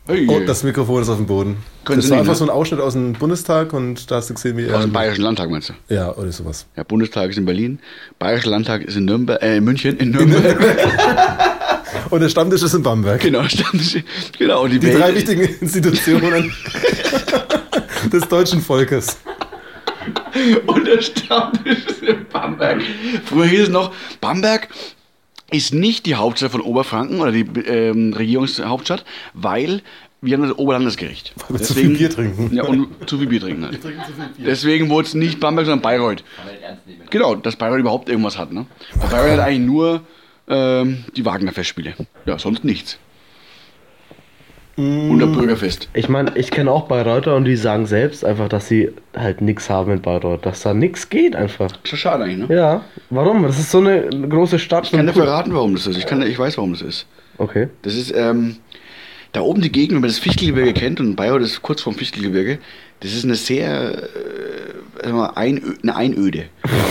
Speaker 2: Hey.
Speaker 4: Und Oh, das Mikrofon ist auf dem Boden.
Speaker 2: Können
Speaker 4: das
Speaker 2: Sie
Speaker 4: war
Speaker 2: nicht,
Speaker 4: einfach
Speaker 2: ne?
Speaker 4: so ein Ausschnitt aus dem Bundestag und da hast du gesehen, wie er.
Speaker 2: Aus dem Bayerischen Landtag meinst du?
Speaker 4: ja, oder sowas.
Speaker 2: Ja, Bundestag ist in Berlin, Bayerischer Landtag ist in Nürnberg, äh, in München, in Nürnberg.
Speaker 4: Und der Stammtisch ist in Bamberg.
Speaker 2: genau, stand, genau. Und die,
Speaker 4: Die
Speaker 2: Welt-
Speaker 4: drei wichtigen Institutionen des deutschen Volkes.
Speaker 2: Und der Stammtisch ist in Bamberg. Früher hieß es noch, Bamberg ist nicht die Hauptstadt von Oberfranken oder die ähm, Regierungshauptstadt, weil wir haben das Oberlandesgericht.
Speaker 4: Weil wir zu viel Bier trinken.
Speaker 2: Ja, und zu viel Bier trinken halt. Deswegen wurde es nicht Bamberg, sondern Bayreuth. Genau, dass Bayreuth überhaupt irgendwas hat. Ne? Weil Bayreuth hat eigentlich nur ähm, die Wagner-Festspiele. Ja, sonst nichts.
Speaker 4: Mm.
Speaker 2: Und das Bürgerfest.
Speaker 3: Ich meine, ich kenne auch Bayreuther und die sagen selbst einfach, dass sie halt nichts haben in Bayreuth, dass da nichts geht einfach.
Speaker 2: Ist doch schade eigentlich, ne?
Speaker 3: Ja, warum? Das ist so eine große Stadt.
Speaker 2: Ich kann dir verraten, warum das ist. Ich, kann, dir- ich weiß, warum das ist.
Speaker 3: Okay.
Speaker 2: Das ist ähm, da oben die Gegend, wenn man das Fichtelgebirge kennt, und Bayreuth ist kurz vorm Fichtelgebirge, das ist eine sehr äh, sag mal, Einö eine Einöde.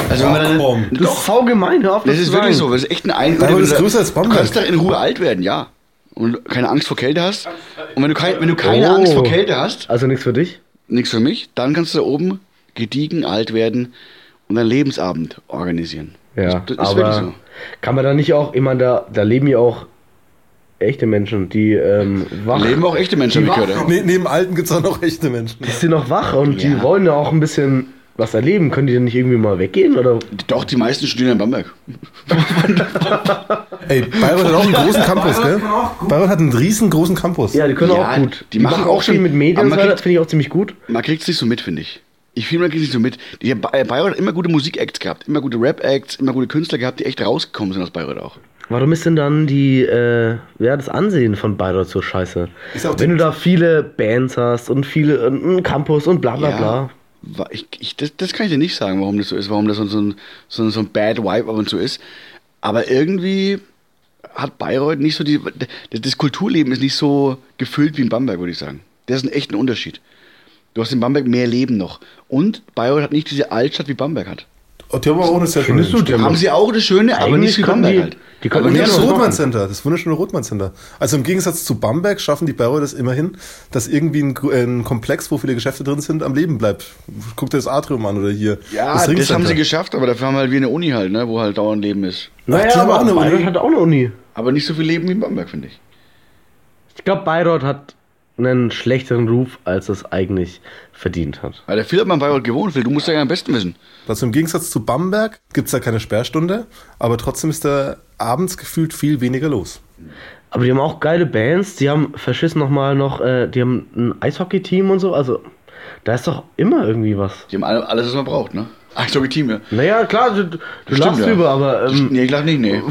Speaker 2: Also wenn man dann,
Speaker 4: komm.
Speaker 3: Das ist saugemein, hör auf
Speaker 2: das
Speaker 3: zu
Speaker 2: ist wirklich so,
Speaker 3: sagen.
Speaker 2: das ist echt eine Einöde.
Speaker 4: Bayreuth ist
Speaker 2: Wenn du-
Speaker 4: größer als Bamberg.
Speaker 2: Du kannst da in Ruhe alt werden, ja. Und keine Angst vor Kälte hast. Und wenn du, kein, wenn du keine
Speaker 3: Oh.
Speaker 2: Angst vor Kälte hast,
Speaker 3: Also nichts für dich?
Speaker 2: nichts für mich, dann kannst du da oben gediegen alt werden und einen Lebensabend organisieren.
Speaker 3: Ja,
Speaker 2: das, das ist
Speaker 3: aber
Speaker 2: wirklich so.
Speaker 3: kann man da nicht auch, ich meine, da, da leben ja auch echte Menschen, die ähm, wach
Speaker 2: Leben auch echte Menschen,
Speaker 3: Die
Speaker 2: wie ich gehört habe.
Speaker 4: Ne, neben Alten gibt es auch noch echte Menschen.
Speaker 3: Die sind noch wach und die
Speaker 2: Ja.
Speaker 3: wollen ja auch ein bisschen was erleben. Können die denn nicht irgendwie mal weggehen? Oder?
Speaker 2: Doch, die meisten studieren in Bamberg.
Speaker 4: Ey, Bayreuth hat auch einen großen Campus, gell? Bayreuth hat einen riesengroßen Campus.
Speaker 3: Ja, die können
Speaker 2: Ja,
Speaker 3: auch gut.
Speaker 2: die machen auch
Speaker 3: viel
Speaker 2: schon-
Speaker 3: mit Medien,
Speaker 2: aber
Speaker 3: und
Speaker 2: man
Speaker 3: so weiter.
Speaker 2: kriegt-
Speaker 3: das finde ich auch ziemlich gut.
Speaker 2: Man kriegt es nicht so mit, finde ich. Ich finde, man kriegt es nicht so mit. Die Ba- äh, Bayreuth hat immer gute Musik-Acts gehabt, immer gute Rap-Acts, immer gute Künstler gehabt, die echt rausgekommen sind aus Bayreuth auch.
Speaker 3: Warum ist denn dann die, äh, ja, das Ansehen von Bayreuth so scheiße?
Speaker 4: Ist auch
Speaker 3: Wenn du
Speaker 4: die-
Speaker 3: da viele Bands hast und viele, äh, einen Campus und bla bla bla.
Speaker 2: Wa- Ich, ich, das, das kann ich dir nicht sagen, warum das so ist, warum das so, so, ein, so, ein- so ein Bad Vibe ab und zu ist. Aber irgendwie hat Bayreuth nicht so die. Das, das Kulturleben ist nicht so gefüllt wie in Bamberg, würde ich sagen. Das ist ein echter Unterschied. Du hast in Bamberg mehr Leben noch. Und Bayreuth hat nicht diese Altstadt wie Bamberg hat.
Speaker 4: Und die haben aber auch eine sehr schöne
Speaker 3: Findest du, die
Speaker 4: Stadt.
Speaker 3: haben-
Speaker 2: Haben sie auch eine schöne, aber
Speaker 3: Eigentlich
Speaker 2: nicht wie
Speaker 3: können
Speaker 2: Bamberg
Speaker 3: die-
Speaker 2: halt.
Speaker 3: die können
Speaker 2: aber
Speaker 4: Und
Speaker 3: mehr
Speaker 2: nicht
Speaker 4: das
Speaker 3: noch
Speaker 2: so,
Speaker 4: Rothmann Center, das wunderschöne Rothmann Center. Also im Gegensatz zu Bamberg schaffen die Bayreuth es immerhin, dass irgendwie ein, Gru- äh, ein Komplex, wo viele Geschäfte drin sind, am Leben bleibt. Guck dir das Atrium an oder hier.
Speaker 2: Ja, das, haben
Speaker 4: Ringcenter.
Speaker 2: sie geschafft, aber dafür haben wir halt wie eine Uni halt, ne, wo halt dauernd Leben ist.
Speaker 4: Ach, die haben auch eine
Speaker 3: Bayreuth
Speaker 4: Uni.
Speaker 3: hat auch eine Uni.
Speaker 2: Aber nicht so viel Leben wie in Bamberg, finde ich.
Speaker 3: Ich glaube, Bayreuth hat einen schlechteren Ruf, als es eigentlich verdient hat.
Speaker 2: Weil der Phil hat mal in Bayreuth gewohnt, Phil, du musst ja am besten wissen.
Speaker 4: Also im Gegensatz zu Bamberg gibt's da keine Sperrstunde, aber trotzdem ist da abends gefühlt viel weniger los.
Speaker 3: Aber die haben auch geile Bands, die haben verschissen nochmal noch, äh, die haben ein Eishockey-Team und so, also da ist doch immer irgendwie was.
Speaker 2: Die haben alle- alles, was man braucht, ne? Ach, so Team, ja.
Speaker 3: Naja, klar, du, du lachst
Speaker 2: ja.
Speaker 3: drüber, aber ähm,
Speaker 2: Nee, ich glaube nicht, nee.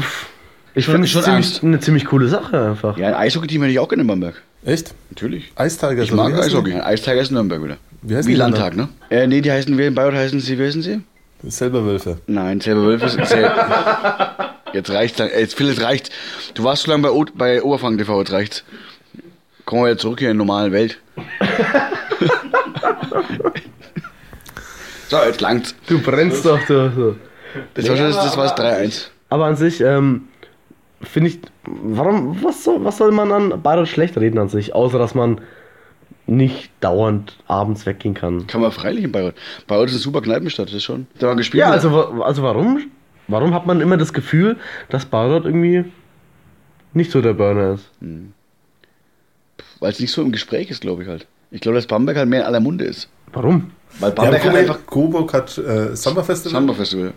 Speaker 3: ich
Speaker 2: schon-
Speaker 3: finde es
Speaker 2: schon
Speaker 3: ziemlich,
Speaker 2: Angst.
Speaker 3: eine ziemlich coole Sache einfach.
Speaker 2: Ja, ein Eishockey-Team hätte ich auch gerne in Bamberg.
Speaker 4: Echt? also
Speaker 2: Natürlich.
Speaker 4: Eistiger.
Speaker 2: Ich mag Eishockey. Ein Eistiger ist Nürnberg wieder.
Speaker 4: Wie heißen
Speaker 2: wie
Speaker 4: die
Speaker 2: Landtag, ne? Äh, nee, die heißen, wie in Bayreuth heißen sie, wie heißen sie?
Speaker 4: Selber Wölfe.
Speaker 2: Nein, selber Wölfe ist Sel- Jetzt reicht's dann. Ey, Jetzt, Phil, jetzt reicht's. Du warst zu lange bei, o bei Oberfranken TV, jetzt reicht's. Kommen wir jetzt zurück hier in die normale Welt. so, jetzt langt's.
Speaker 3: Du brennst doch so. so.
Speaker 2: Das war, schon- das, das war das 3-1.
Speaker 3: Aber an sich, ähm, finde ich, warum, was soll, was soll man an Bayreuth schlecht reden an sich, außer dass man nicht dauernd abends weggehen kann.
Speaker 2: Kann man freilich in Bayreuth. Bayreuth ist eine super Kneipenstadt, das schon. Da haben wir gespielt.
Speaker 3: Ja,
Speaker 2: oder?
Speaker 3: also, wa- also warum, warum hat man immer das Gefühl, dass Bayreuth irgendwie nicht so der Burner ist?
Speaker 2: Weil es nicht so im Gespräch ist, glaube ich halt. Ich glaube, dass Bamberg halt mehr in aller Munde ist.
Speaker 3: Warum?
Speaker 2: Weil
Speaker 4: Ja,
Speaker 2: Bamberg hat einfach
Speaker 4: einfach Coburg hat äh, Samba Festival.
Speaker 2: Samba-Festival.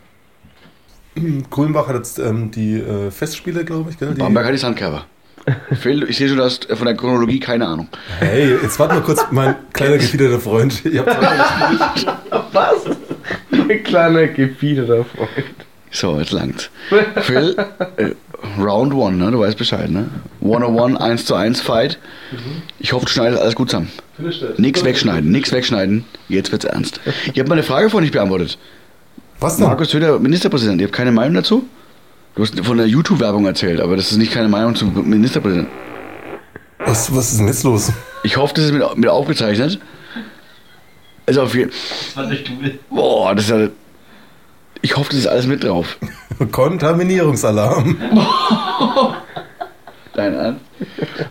Speaker 4: Kulmbach hat jetzt ähm, die äh, Festspiele, glaube ich. Gell? Die,
Speaker 2: Bamberg hat die Sandkerber. Phil, ich sehe schon, du hast von der Chronologie keine Ahnung.
Speaker 4: Hey, jetzt warte mal kurz, mein kleiner gefiederter Freund. Ihr habt zwar-
Speaker 3: Was? Ein kleiner gefiederter Freund.
Speaker 2: So, jetzt langt's. Phil, äh, Round One, ne? Du weißt Bescheid, ne? 101, 1 zu 1 Fight. Ich hoffe, du schneidest alles gut zusammen. Nix wegschneiden, nix wegschneiden. Jetzt wird's ernst. Ihr habt meine Frage vorhin nicht beantwortet.
Speaker 4: Was denn?
Speaker 2: Markus Söder, Ministerpräsident, ihr habt keine Meinung dazu? Du hast von der YouTube-Werbung erzählt, aber das ist nicht keine Meinung zum Ministerpräsidenten.
Speaker 4: Was, was ist denn jetzt los?
Speaker 2: Ich hoffe, das ist mit, mit aufgezeichnet. Also auf jeden Fall.
Speaker 5: Das fand ich cool.
Speaker 2: Boah, das ist ja. Ich hoffe, das ist alles mit drauf.
Speaker 4: Kontaminierungsalarm.
Speaker 2: Dein Ernst?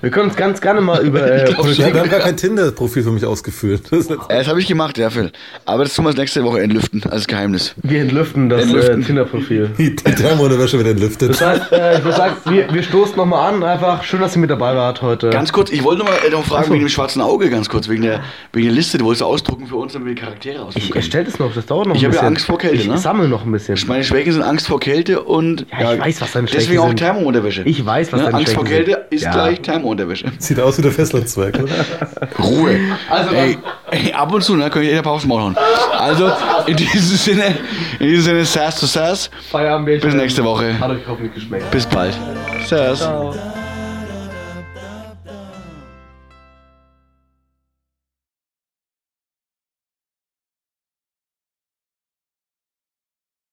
Speaker 3: Wir können uns ganz gerne mal über äh,
Speaker 4: Wir
Speaker 3: Politik.
Speaker 4: haben gar kein Tinder-Profil für mich ausgefüllt. Das ist-
Speaker 2: Ja, Äh, Das habe ich gemacht, ja, Phil. Aber das tun wir nächste Woche entlüften, als Geheimnis.
Speaker 3: Wir entlüften das äh,
Speaker 2: Entlüften.
Speaker 3: Tinder-Profil.
Speaker 4: Die die Thermounterwäsche wird entlüftet.
Speaker 3: Das heißt, äh, ich würde sagen, wir, wir stoßen nochmal an. Einfach schön, dass ihr mit dabei wart heute.
Speaker 2: Ganz kurz, ich wollte noch mal äh, noch fragen wegen dem schwarzen Auge, ganz kurz, wegen der, wegen der Liste. Du wolltest ausdrucken für uns, damit wir die Charaktere ausdrucken
Speaker 3: ich
Speaker 2: können.
Speaker 3: erstelle das noch, das dauert noch
Speaker 2: Ich
Speaker 3: ein
Speaker 2: hab ja
Speaker 3: bisschen.
Speaker 2: Angst vor Kälte,
Speaker 3: Ich
Speaker 2: ne?
Speaker 3: sammle noch ein bisschen.
Speaker 2: Meine Schwächen sind Angst vor Kälte und
Speaker 3: Ja, ich weiß, was deine
Speaker 2: deswegen
Speaker 3: Schwächen
Speaker 2: auch
Speaker 3: sind.
Speaker 2: Thermounterwäsche.
Speaker 3: Ich weiß, was
Speaker 2: Ne?
Speaker 3: deine
Speaker 2: Angst vor
Speaker 3: Schwächen
Speaker 2: Kälte
Speaker 3: sind.
Speaker 2: ist
Speaker 3: Ja.
Speaker 2: gleich Thermounterwäsche.
Speaker 4: Sieht aus wie der Fesselzwerg. oder?
Speaker 2: Ruhe.
Speaker 3: Also
Speaker 2: ey, ey, ab und zu, ne, können wir jeder Pausen machen. Also, in diesem Sinne, in diesem Sinne, Sass to Sass.
Speaker 3: Feierabend.
Speaker 2: Bis nächste Woche.
Speaker 3: Hat euch hoffentlich geschmeckt.
Speaker 2: Bis bald. Sass.
Speaker 3: Ciao.